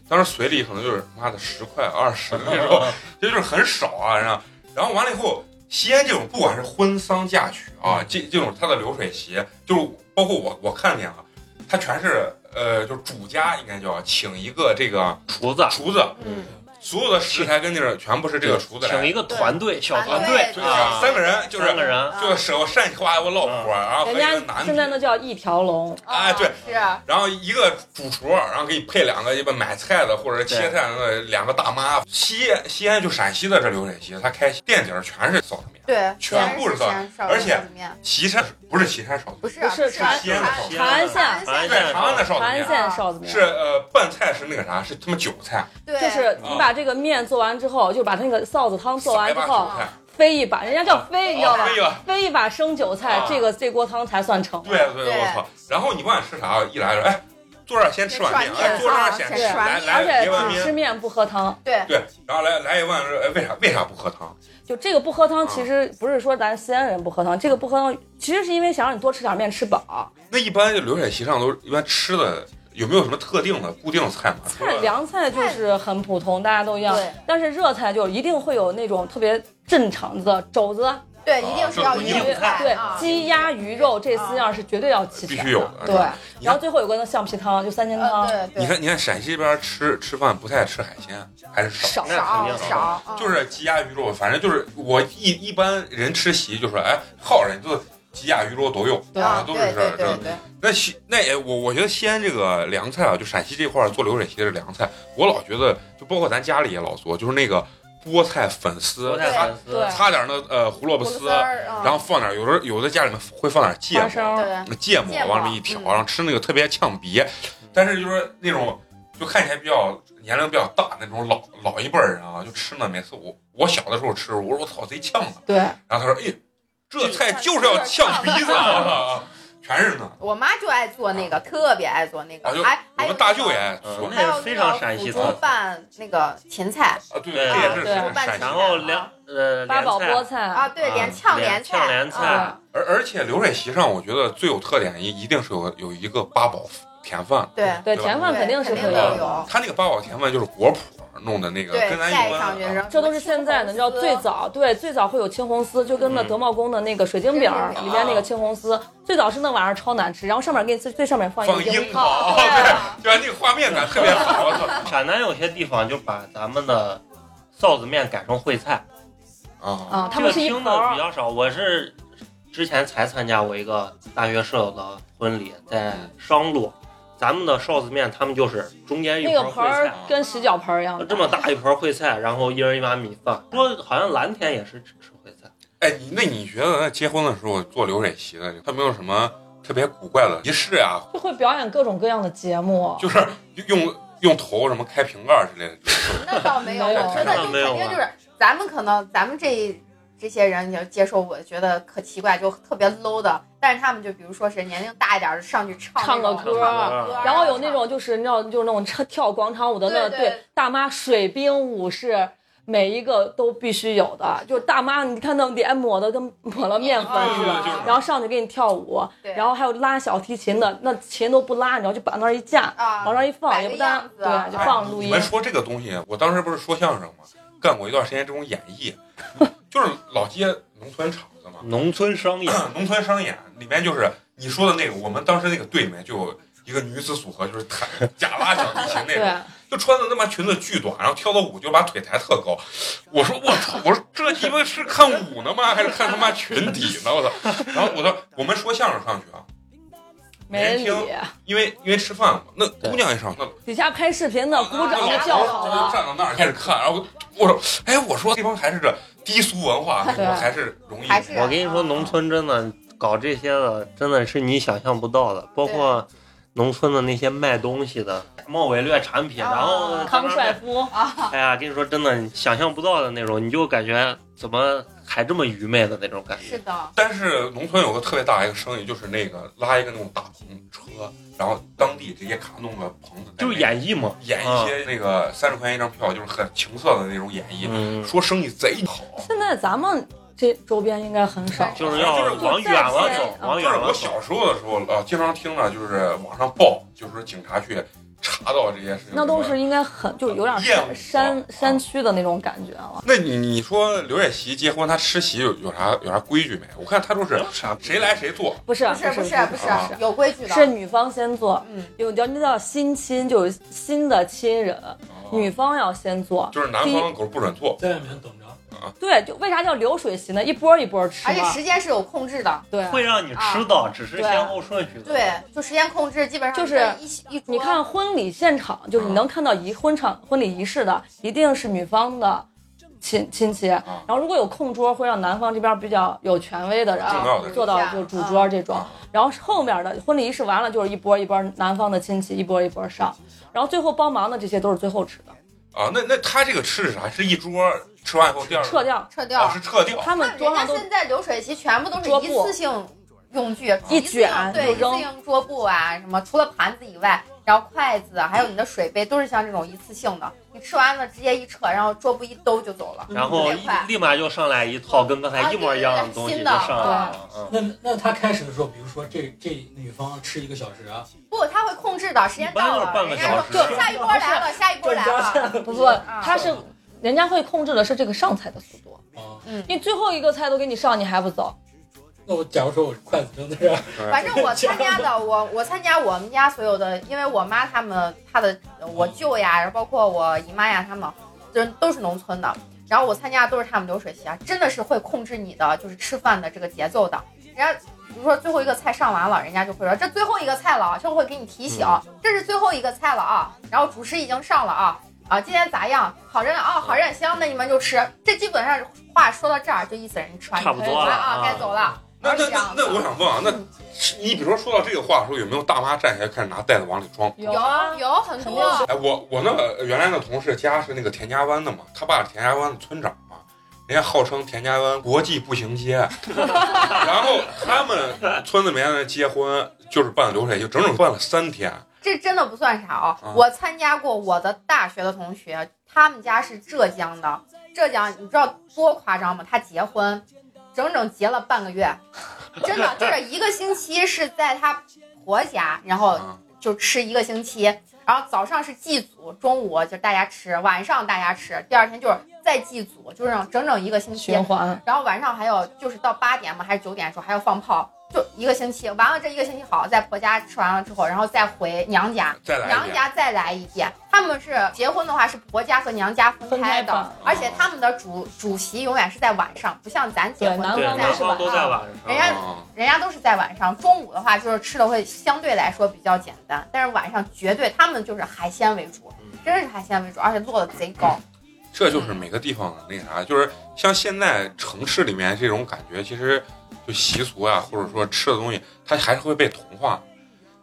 S2: 当时随礼可能就是妈的十块二十那
S4: [LAUGHS]
S2: 时候，这就是很少啊，然后然后完了以后，西安这种不管是婚丧嫁娶啊，
S5: 嗯
S2: 这这种它的流水席，就是包括我我看见啊，它全是呃，就是主家应该叫请一个这个
S5: 厨子
S2: 厨子，
S6: 嗯，
S2: 所有的食材跟那儿全部是这个厨子
S5: 请
S2: 来
S5: 一，个团队小团
S6: 对
S5: 队
S2: 对
S5: 啊，
S2: 三个人就是
S5: 三个人，
S6: 啊
S5: 嗯
S2: 就手扇起花来我老婆，然后和一
S4: 人
S2: 个
S4: 家
S2: 男
S4: 现在那
S2: 的。
S4: 叫一条龙，
S2: 哎对
S6: 是啊
S2: 然后一个主厨，然后给你配两个一般买菜的或者切菜的两个大妈。西西安就陕西的这流水席，他开店景全是臊子面，
S6: 对，
S2: 全部是臊子
S6: 先上
S2: 而且
S6: 臊子面
S2: 岐山不是岐山臊子
S6: 不是
S4: 不是
S6: 啊
S4: 全
S2: 西安的
S6: 啊
S2: 臊子
S5: 西
S2: 面，
S4: 长安县
S6: 长
S5: 安
S2: 对长安的臊
S4: 长
S2: 子
S4: 安
S2: 面啊
S4: 县臊子面
S2: 是呃拌菜是那个啥，是他妈韭菜，啊
S6: 对，
S4: 就是你把这个面做完之后，就把它那个臊子汤做完之
S2: 撒一
S4: 后
S2: 把，韭菜，
S4: 飞一把，人家叫飞，你知道吧
S2: 哎？呀，
S4: 飞一把生韭菜
S2: 啊，
S4: 这个这锅汤才算成。
S2: 对啊对，
S6: 对
S2: 我操！然后你不管吃啥，一来说哎，坐这儿先吃碗面，
S6: 先吃
S2: 哎，坐这
S6: 碗面
S2: 儿先
S6: 先
S2: 吃，
S4: 吃
S6: 碗
S2: 来
S6: 面
S2: 来
S4: 而
S2: 别碗
S4: 且只吃
S2: 面，
S4: 面不喝汤，
S6: 对
S2: 对，然后来来一碗说，哎，为啥为啥不喝汤？
S4: 就这个不喝汤，其实不是说咱西安人不喝汤，这个不喝汤其实是因为想让你多吃点面吃饱。
S2: 那一般就流水席上都一般吃的有没有什么特定的固定的菜吗？除
S4: 菜
S2: 了
S4: 凉菜就是很普通，大家都一样
S6: 对。
S4: 但是热菜就一定会有那种特别正常的肘子、
S6: 对，一
S2: 啊
S6: 定是要
S5: 这
S6: 鱼
S5: 是
S4: 鱼
S5: 硬菜
S4: 对
S6: 啊，
S4: 鸡鸭鱼肉这四样是绝对要齐
S2: 必
S4: 全的。
S2: 须有的。
S4: 对，
S2: 你看
S4: 然后最后有个那橡皮汤，就三鲜汤，
S6: 呃，对
S2: 你
S6: 对，
S2: 看，你看陕西这边吃吃饭不太爱吃海鲜，还是少，
S4: 少
S5: 那肯定
S6: 少
S5: 的
S6: 少，嗯
S2: 啊就是鸡鸭鱼肉，反正就是我一一般人吃席就说，哎，好人就鸡鸭鱼肉都有，
S4: 对
S2: 啊，
S6: 啊，
S2: 都
S6: 对
S2: 是这
S6: 对
S2: 儿。
S6: 对
S2: 这
S6: 对，
S2: 那西那也我我觉得西安这个凉菜啊，就陕西这块儿做流水席的凉菜，我老觉得就包括咱家里也老做，就是那个菠菜粉丝
S5: 菠，菜粉丝
S4: 对，
S2: 擦点儿那呃胡萝卜
S6: 胡
S2: 丝
S6: 丝，儿，嗯
S2: 然后放点儿有的有的家里面会放点儿芥
S4: 花
S2: 末，
S4: 生。
S6: 对，
S2: 芥末嗯往里面一挑，然后吃那个特别呛鼻，但是就是那种就看起来比较年龄比较大那种老老一辈儿人啊，就吃呢。每次我我小的时候吃，我说我操贼呛的，
S4: 对，
S2: 然后他说哎，这菜就是要呛鼻子，我操全是呢。
S6: 我妈就爱做那个，特别爱做那个
S2: 啊，就，
S6: 还
S2: 我
S6: 还有
S2: 们大
S6: 那
S2: 舅
S6: 个
S2: 也爱做
S5: 嗯
S2: 啊，
S5: 那也是非常陕西
S6: 还有那个
S5: 的
S6: 腐竹拌那个芹菜
S2: 对，
S5: 对
S2: 这也是
S4: 对
S2: 陕西
S5: 然后凉呃
S4: 八宝菠
S5: 莲菜，
S4: 菜
S6: 啊，，对，
S5: 啊
S6: 连炝
S5: 连
S6: 莲菜，
S5: 炝莲菜
S6: 啊
S2: 而而且流水席上，我觉得最有特点一一定是有有一个八宝甜饭，
S6: 对，
S2: 对
S4: 对，
S2: 吧
S4: 甜饭
S6: 对
S4: 肯定是
S6: 肯
S4: 可
S6: 定
S4: 以
S6: 都
S4: 的。
S6: 有，
S2: 他那个八宝甜饭就是果脯弄的那个，
S6: 对
S2: 跟，啊咱一
S6: 盖上去，
S2: 般
S6: 然后
S4: 这都是现在的，你知道最早对最早会有青红丝，就跟那
S5: 嗯
S4: 德茂宫的那个水晶饼儿
S6: 水晶饼啊
S4: 里边那个青红丝，最早是那玩意儿超难吃，然后上面给你最最上面放一
S2: 放
S4: 个
S2: 樱
S4: 桃，
S2: 桃， [LAUGHS] 对，啊对，那个画面感特别好，我操。
S5: 陕南有些地方就把咱们的臊子面改成烩菜，
S2: 啊
S4: 啊，他
S5: 这
S4: 们
S5: 个
S4: 是一
S5: 听
S4: 盘
S5: 的比
S4: 儿，
S5: 较少。我是之前才参加过一个大学舍友的婚礼，在商洛，咱们的臊子面他们就是中间一
S4: 那个
S5: 盘
S4: 盆
S5: 烩
S4: 儿
S5: 菜。啊
S4: 跟洗脚盆儿一样的，
S5: 这么大一盘烩菜，然后一人一碗米饭。说好像蓝天也是只吃烩菜，啊
S2: 哎，你那你觉得结婚的时候做流水席的，他没有什么特别古怪的仪式呀、
S4: 就会表演各种各样的节目，
S2: 就是用用头什么开瓶盖之类的。
S6: 那倒没有，
S4: 没有
S6: 我觉得就肯定
S5: 啊
S6: 就是咱们可能咱们这这些人就接受，我觉得可奇怪，就特别 low 的。但是他们就比如说是年龄大一点的上去唱
S4: 唱
S6: 那
S4: 个
S6: 种
S4: 歌
S5: 唱
S4: 儿。
S5: 个歌儿
S4: 然后有那种就是你知道，就是那种跳跳广场舞的那
S6: 对对
S4: 大妈水兵舞是每一个都必须有的，就是大妈你看那脸抹的跟抹了面粉
S6: 啊
S4: 似
S2: 对对对就
S4: 的，
S2: 是
S4: 然后上去给你跳舞，
S6: 对
S4: 然后还有拉小提琴的，那琴都不拉，你知道就把那儿一架，
S6: 啊
S4: 往那儿一放
S6: 摆
S4: 也
S6: 个
S4: 不搭
S6: 样，子啊
S4: 对，就放录
S2: 哎你
S4: 音
S2: 们。说这个东西，我当时不是说相声吗？干过一段时间这种演绎，就是老街农村场子嘛， [CLEARS THROAT]
S5: 农村商业。
S2: 农村商演里面就是你说的那个，我们当时那个队里面就有一个女子组合，就是弹 [LAUGHS] 假拉小提琴那
S4: 对
S2: 种。，就穿的他妈裙子巨短，然后跳的舞就把腿抬特高。我说我操，我说这鸡巴是看舞呢吗？还是看他妈裙底呢？我操！然后我说我们说相声上去啊，
S4: 没人
S2: 没人
S4: 理，
S2: 因为因为吃饭嘛，那姑娘一上，那
S4: 底下拍视频的鼓掌
S2: 那老头
S4: 就叫
S2: 儿
S4: 好
S2: 就
S4: 了。
S2: 站到那儿开始看，然后我说哎，我说这帮还是这低俗文化，那
S4: 对
S2: 种还是容易
S6: 还是
S4: 啊
S5: 我跟你说，农村真的搞这些的，真的是你想象不到的，包括农村的那些卖东西的，冒伪劣产品，
S6: 啊
S5: 然后在
S4: 康
S5: 那
S4: 帅
S5: 卖，
S4: 夫，
S5: 哎呀，跟你说真的，你想象不到的那种，你就感觉怎么还这么愚昧的那种感
S6: 是
S5: 觉。
S6: 的，
S2: 但是农村有个特别大一个生意，就是那个拉一个那种大篷车，然后当地直接卡弄个棚子，
S5: 就是演绎嘛，
S2: 演一
S5: 啊
S2: 些那个三十块钱一张票，就是很情色的那种演绎。
S5: 嗯，
S2: 说生意贼好，
S4: 现在咱们这周边应该很少。
S5: 就是要往远了走，往
S2: 就
S5: 远
S2: 是
S5: 了
S2: 我
S5: 走。
S2: 小时候的时候，呃，经常听着就是网上报，就是说警察去查到这些事情。
S4: 那都是应该很就有点
S2: 厌恶
S4: 山山山区的那种感觉了。
S2: 那你你说刘演席结婚，他吃席有有啥有啥规矩没？我看他都是
S5: 啥
S2: 谁来谁坐，
S4: 不是
S6: 不是
S4: 不
S6: 不是
S4: 是哦
S6: 不是
S2: 啊，
S6: 有规矩的，
S4: 是女方先做，
S6: 嗯，
S4: 有叫那叫新亲，就有新的亲人，
S6: 哦
S4: 女方要先做。
S2: 就是男方狗不准坐。
S3: 在外面等着，
S4: 对，就为啥叫流水席呢？一波一波吃
S6: 而且
S4: 嘛。
S6: 时间是有控制的，
S4: 对，啊
S5: 会让你吃到，只是先后顺序的。
S6: 对，就时间控制，基本上
S4: 就是
S6: 一一桌
S4: 你看婚礼现场，就是你能看到仪婚场婚礼仪式
S6: 啊
S4: 的，一定是女方的亲亲戚。然后如果有空桌，会让男方这边比较有权威的人
S2: 重要的人
S4: 坐到就主桌这
S6: 啊
S4: 种。然后后面的婚礼仪式完了，就是一波一波男方的亲戚一波一波上，然后最后帮忙的这些都是最后吃的，
S2: 啊，那那他这个吃是啥？是一桌吃完以后第二
S4: 撤掉。
S6: 撤掉
S2: 哦，是撤掉。
S4: 他们
S6: 人
S4: 桌
S6: 家
S4: 上都
S6: 现在流水席全部都
S4: 桌
S6: 是
S4: 布
S6: 一次性用具，
S4: 一
S6: 次性
S4: 卷
S6: 对，一
S4: 就扔
S6: 次性桌布啊，什么除了盘子以外，然后筷子还有你的水杯都是像这种一次性的，你吃完了直接一扯，然后桌布一兜就走了。
S5: 然后
S6: 特别
S5: 一
S6: 快
S5: 立马就上来一套跟刚才一模一样的东西就上来了，嗯，
S3: 那那他开始的时候，比如说这这女方吃一个小时啊，
S6: 不，他会控制的，时间到了，
S5: 一般都是半个
S6: 人家
S5: 小时
S6: 说下一波来了，下一波来了。
S4: 不不
S6: 啊，
S4: 他是人家会控制的是这个上菜的速度，
S3: 啊，
S4: 你最后一个菜都给你上，你还不走，
S3: 那我假如说我筷子扔在这儿，
S6: 反正我参加的，我我参加我们家所有的，因为我妈他们，她的我舅呀，然后包括我姨妈呀，他们就是都是农村的，然后我参加的都是他们流水席啊，真的是会控制你的就是吃饭的这个节奏的。人家比如说最后一个菜上完了，人家就会说这最后一个菜了啊，就会给你提醒、这是最后一个菜了啊，然后主食已经上了啊。啊，今天咋样？好认啊、好认，行，那你们就吃。这基本上话说到这儿，就意思人吃完
S5: 差不
S4: 多
S6: 了
S4: 了
S6: 啊，该走了。
S2: 那那
S6: 然后这样
S2: 那
S6: 子
S2: 那我想问啊，那
S4: 嗯
S2: 是你比如说说到这个话的时候，有没有大妈站起来开始拿袋子往里装？
S4: 有
S6: 有啊有很
S4: 肯
S6: 多
S4: 定是，
S2: 哎，我我那个原来那同事家是那个田家湾的嘛，他爸是田家湾的村长嘛，人家号称田家湾国际步行街，然后他们村子里面的结婚就是办流水席，整整办了三天，
S6: 这真的不算啥啊、
S2: 啊
S6: 我参加过我的大学的同学，他们家是浙江的，浙江你知道多夸张吗？他结婚，整整结了半个月，真 [LAUGHS] 的就是一个星期是在他婆家，然后
S2: 啊，
S6: 就吃一个星期，然后早上是祭祖，中午就大家吃，晚上大家吃，第二天就是再祭祖，就是整整整一个星期
S4: 循环。
S6: 然后晚上还有就是到八点嘛，还是九点的时候还要放炮，就一个星期。完了这一个星期好，在婆家吃完了之后，然后再回娘家，
S2: 再来一
S6: 娘
S2: 遍。
S6: 家再来一遍。他们是结婚的话是婆家和娘家分
S4: 分
S6: 开
S4: 开哦
S6: 的，
S4: 办
S6: 而且他们的主主席永远是在晚上，不像咱结
S4: 对
S6: 婚
S4: 南
S6: 都
S5: 对，
S4: 方
S6: 在
S5: 南
S4: 都是
S5: 方都在晚
S6: 人
S5: 上，
S6: 家
S2: 啊
S6: 人家都是在晚上，中午的话就是吃的会相对来说比较简单，但是晚上绝对他们就是海鲜为主，
S5: 嗯
S6: 真是海鲜为主，而且做的贼高。
S2: 这就是
S6: 嗯
S2: 每个地方的那啥，就是像现在城市里面这种感觉，其实就习俗啊，或者说吃的东西，它还是会被同化。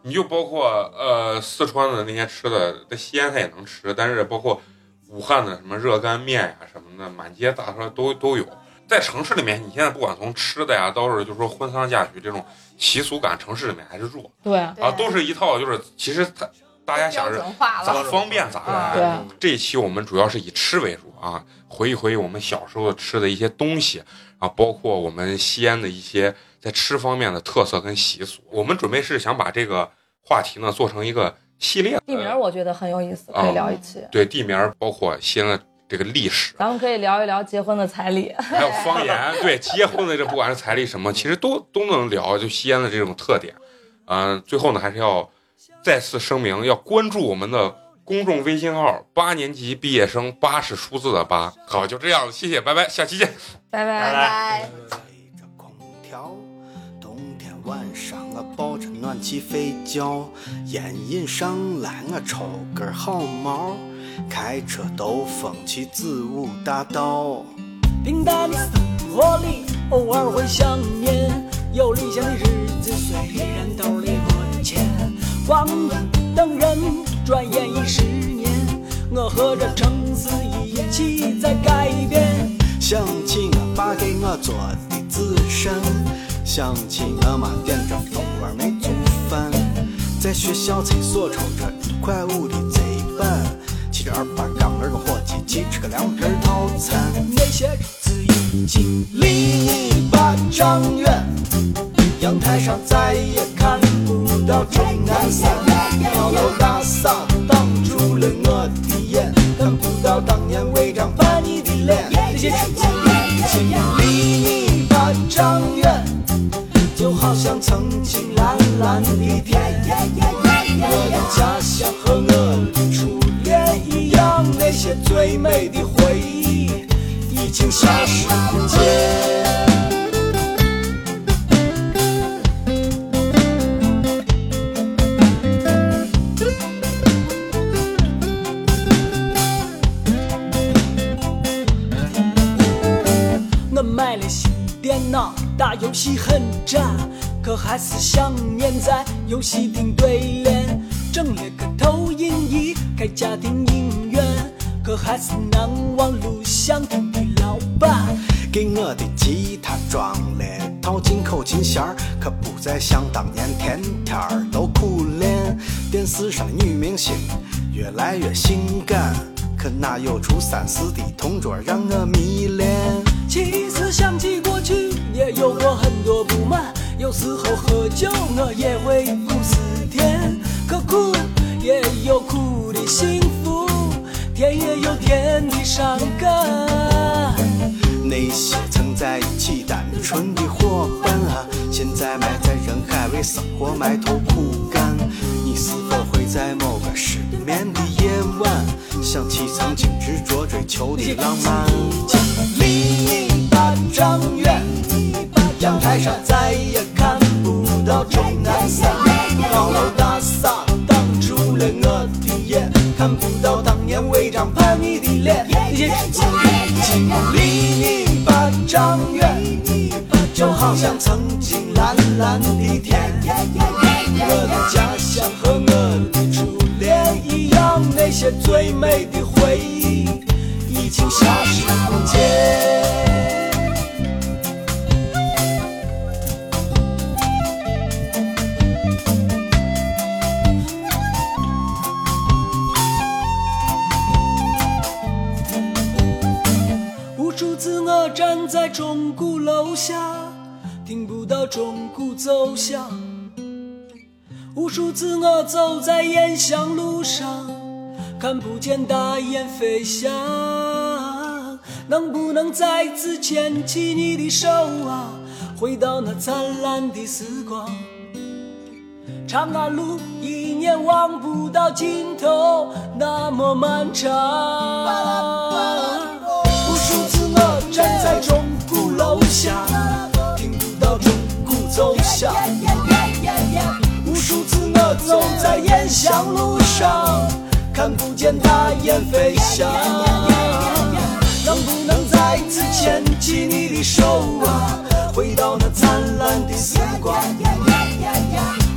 S2: 你就包括呃四川的那些吃的，在西安它也能吃，但是包括武汉的什么热干面呀、什么的，满街大车都都有。在城市里面，你现在不管从吃的呀，到是就说婚丧嫁娶这种习俗感，城市里面还是弱
S4: 对，
S6: 对
S2: 啊，都是一套就是其实它大家想
S6: 标
S2: 是
S6: 准化
S2: 咋
S6: 了，啊
S2: 方便咋来。
S4: 对
S5: 嗯
S2: 这一期我们主要是以吃为主啊，回忆回忆我们小时候吃的一些东西啊，包括我们西安的一些在吃方面的特色跟习俗。我们准备是想把这个话题呢做成一个系列，
S4: 地名儿
S2: 呃
S4: 我觉得很有意思，可
S2: 哦
S4: 以聊一期。
S2: 对地名儿，包括西安的这个历史，
S4: 咱们可以聊一聊结婚的彩礼，
S2: 还有方言，对 [LAUGHS] 结婚的这不管是彩礼什么，其实都都能聊，就西安的这种特点。嗯、最后呢，还是要再次声明，要关注我们的公众微信号“八年级毕业生”，八是数字的八。好，就这样了，谢谢，拜拜，下期见。
S4: 拜拜
S6: 拜拜。
S7: 开着空调，冬天晚上我抱着暖气睡觉，烟瘾上来我抽根好毛，开车兜风去子午大道。
S1: 平淡活力，偶尔会想念。有理想的日子，虽然兜里没钱，光等人转眼已十年。我和这城市一起在改变，
S7: 想起我爸给我做的紫参，想起我妈点着蜂窝煤煮饭，在学校厕所抽着一块五的贼板，骑着二八杠儿个伙计去吃个凉皮儿套餐。
S1: 那些日子已经
S7: 离你八丈远，阳台上再也看不到钟南山。高楼大厦挡住了我的眼，看不到当年违章把你的脸。这些日子已经离你八丈远，就好像曾经蓝蓝的天。我的家乡和我的初恋一样，那些最美的回忆已经消失不见。
S1: 我买了新电脑，打游戏很渣，可还是想念在游戏厅对联。整了个投影仪，开家庭影院，可还是难忘录像厅的老板。
S7: 给我的吉他装了套进口琴弦儿，可不再像当年天天儿都苦练。电视上女明星越来越性感，可那有出三四的同桌让我迷恋。
S1: 其实想起过去，也有过很多不满。有时候喝酒，我也会苦思甜，可苦也有苦的幸福，甜也有甜的伤感。
S7: 那些曾在一起单纯的伙伴啊，现在埋在人海为生活埋头苦干。你是否会在某个失眠的夜晚，想起曾经执着追求的浪漫？离你八丈远，阳台上再也看不到钟南山，高楼大厦挡住了我的眼，看不到当年违章叛逆的脸。离你八丈远，就好像曾经蓝蓝的天。我的家乡和我的初恋一样，那些最美的回忆已经消失不见。
S1: 无数次我站在钟鼓楼下，听不到钟鼓奏响。无数次我走在烟香路上，看不见大雁飞翔。能不能再次牵起你的手啊，回到那灿烂的时光？长安路一眼望不到尽头，那么漫长。
S7: 无数次我站在钟鼓楼下，听不到钟鼓奏响。无数次我走在烟香路上，看不见大雁飞翔。能不能再次牵起你的手啊，回到那灿烂的时光？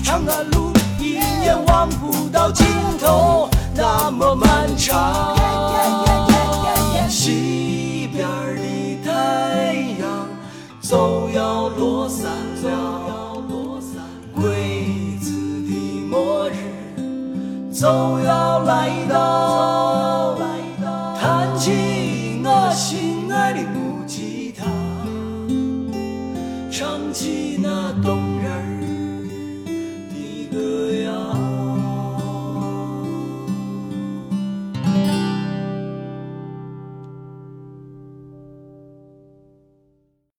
S7: 长安路一眼望不到尽头，那么漫长。西边的太阳总要落山了，鬼子的末日总要来到。弹起我心爱的木吉他，唱起那动人儿。